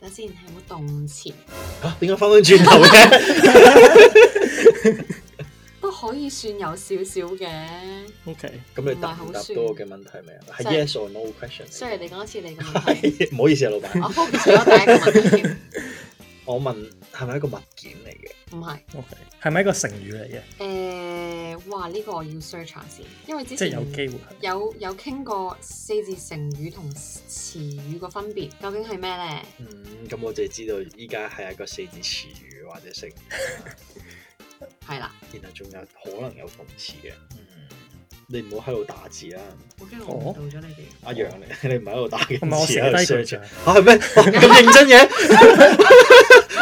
[SPEAKER 3] 等下先，係冇動詞
[SPEAKER 2] 嚇，點解翻返轉頭嘅？
[SPEAKER 3] 都可以算有少少嘅。
[SPEAKER 1] o K，
[SPEAKER 2] 咁你答唔答到我嘅問題未啊？係 yes or no question 嚟嘅。
[SPEAKER 3] 雖然你講一次你嘅問
[SPEAKER 1] (laughs)
[SPEAKER 3] 題，
[SPEAKER 2] 係 (laughs) 唔好意思啊，老
[SPEAKER 3] 我
[SPEAKER 2] 闆。
[SPEAKER 3] focus 咗第一個問題先，
[SPEAKER 2] 我問係咪一個物件嚟嘅？
[SPEAKER 3] 唔係。
[SPEAKER 1] O K，係咪一個成語嚟嘅？
[SPEAKER 3] 誒、哇！呢、個我要 search 下先，因為之
[SPEAKER 1] 即係
[SPEAKER 3] 前
[SPEAKER 1] 有機會係。
[SPEAKER 3] 有有傾過四字成語同詞語個分別，究竟係咩呢？
[SPEAKER 2] 嗯，咁我就知道依家係一個四字詞語或者
[SPEAKER 3] (laughs)
[SPEAKER 2] 成語啦，
[SPEAKER 3] 係啦，
[SPEAKER 2] 然後仲有可能有諷刺嘅。嗯，你唔好喺度打字啦，
[SPEAKER 3] 我驚我誤導咗你哋。
[SPEAKER 1] 哦
[SPEAKER 2] 阿楊你 (laughs) 你唔係喺度打嘅
[SPEAKER 1] 唔係我
[SPEAKER 2] 字
[SPEAKER 1] 寫
[SPEAKER 2] 喺度
[SPEAKER 1] 低佢
[SPEAKER 2] search
[SPEAKER 1] 咋，
[SPEAKER 2] 啊係咩？哇咁認真嘅，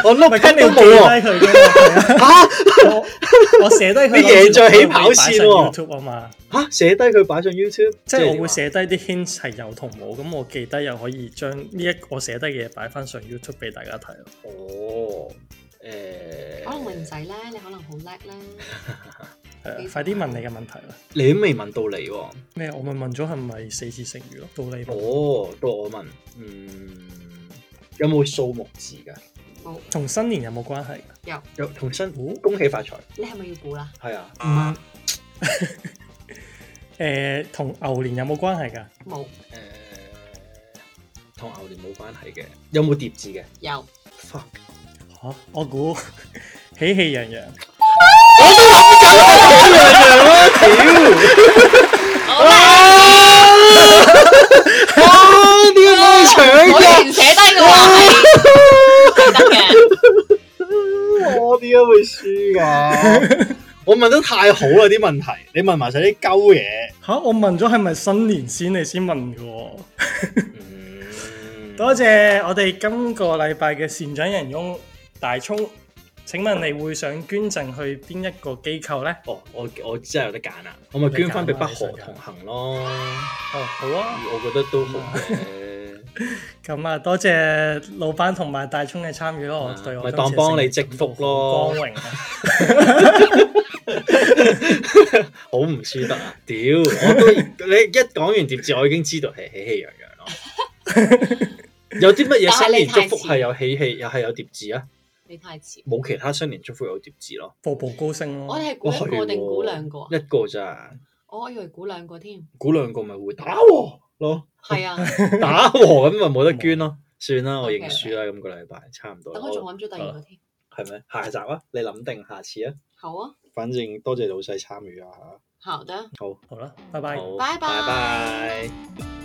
[SPEAKER 1] (laughs)
[SPEAKER 2] 我
[SPEAKER 1] 唔係
[SPEAKER 2] note
[SPEAKER 1] 咁
[SPEAKER 2] pad
[SPEAKER 1] 你
[SPEAKER 2] 都
[SPEAKER 1] 要記
[SPEAKER 2] 冇
[SPEAKER 1] 低佢㗎嘛係啊？
[SPEAKER 2] 喎，嚇
[SPEAKER 1] 我我寫低
[SPEAKER 2] (laughs)
[SPEAKER 1] 佢
[SPEAKER 2] 你贏在起跑線喎
[SPEAKER 1] 擺上 YouTube 啊嘛，
[SPEAKER 2] 嚇寫低佢擺上 YouTube，
[SPEAKER 1] 即係我會
[SPEAKER 2] 點啊
[SPEAKER 1] 寫低啲 hints 係有同冇，咁我記低又可以將呢一我寫低嘅嘢擺翻上 YouTube 俾大家睇咯。
[SPEAKER 2] 哦誒，
[SPEAKER 3] 可能你唔使呢，你可能好叻呢。
[SPEAKER 1] 係啊
[SPEAKER 3] 幾時
[SPEAKER 1] 快啲問你嘅問題啦。
[SPEAKER 2] 你都未問到你喎。
[SPEAKER 1] 咩？我咪問咗係咪四字成語咯？到你問
[SPEAKER 2] 哦，到我問，嗯，有冇數目字㗎？
[SPEAKER 3] 冇，
[SPEAKER 1] 同新年有冇關係㗎？
[SPEAKER 2] 有同新
[SPEAKER 1] 哦
[SPEAKER 2] 恭喜發財，
[SPEAKER 3] 你係咪要估啦？
[SPEAKER 2] 係啊，
[SPEAKER 3] 唔啱，
[SPEAKER 1] 誒，同牛年有冇關係㗎？
[SPEAKER 3] 冇，
[SPEAKER 2] 誒，同牛年冇關係嘅，有冇疊字嘅
[SPEAKER 3] 有，
[SPEAKER 2] ？fuck，
[SPEAKER 1] 嚇！我估 (laughs) 喜氣洋洋。
[SPEAKER 2] 아,屌！
[SPEAKER 3] 好啦，
[SPEAKER 2] 啊！點解可以搶
[SPEAKER 3] 我
[SPEAKER 2] 嘅？
[SPEAKER 3] 連寫低嘅喎，係得嘅。
[SPEAKER 2] 我點解會輸㗎？我問得太好啦啲問題，你問埋晒啲鳩嘢。
[SPEAKER 1] 嚇！我問咗係咪新年先你先問嘅喎？
[SPEAKER 2] 嗯
[SPEAKER 1] 多謝我哋今個禮拜嘅善長人翁大聰。請問你會想捐贈去邊一個機構呢？
[SPEAKER 2] 哦，我我真係有得揀啦，我咪捐翻俾北河同行咯，
[SPEAKER 1] 哦，好啊。
[SPEAKER 2] 我覺得都好嘅，
[SPEAKER 1] 咁啊，多謝老闆同埋大聰嘅參與咯。我對我
[SPEAKER 2] 啊咪
[SPEAKER 1] 今次嘅
[SPEAKER 2] 當幫你
[SPEAKER 1] 成
[SPEAKER 2] 積福
[SPEAKER 1] 績好
[SPEAKER 2] 咯
[SPEAKER 1] 光，榮啊！
[SPEAKER 2] 好唔輸得啊！屌，我都 (laughs) 你一講完疊字，我已經知道係喜氣洋洋咯。有啲乜嘢新年祝福係有喜氣，又係有疊字啊？
[SPEAKER 3] 你太遲，
[SPEAKER 2] 冇其他新年祝福有疊字咯。
[SPEAKER 1] 步步高升咯。
[SPEAKER 3] 我哋係估一個定估兩個啊？哦
[SPEAKER 2] 一個咋？
[SPEAKER 3] 我以為估兩個添。
[SPEAKER 2] 估兩個咪會打和咯，
[SPEAKER 3] 係啊，
[SPEAKER 2] 打和咁咪冇得捐咯。算啦，我認輸啦，今個禮拜差唔多啦。
[SPEAKER 3] 等我仲諗咗第二個添。
[SPEAKER 2] 係咪？下集啊，你諗定下次啊。
[SPEAKER 3] 好啊，
[SPEAKER 2] 反正多謝老細參與啊嚇。
[SPEAKER 3] 好的。
[SPEAKER 2] 好，
[SPEAKER 1] 好啦，拜拜。
[SPEAKER 2] 好，
[SPEAKER 3] 拜拜
[SPEAKER 2] 拜拜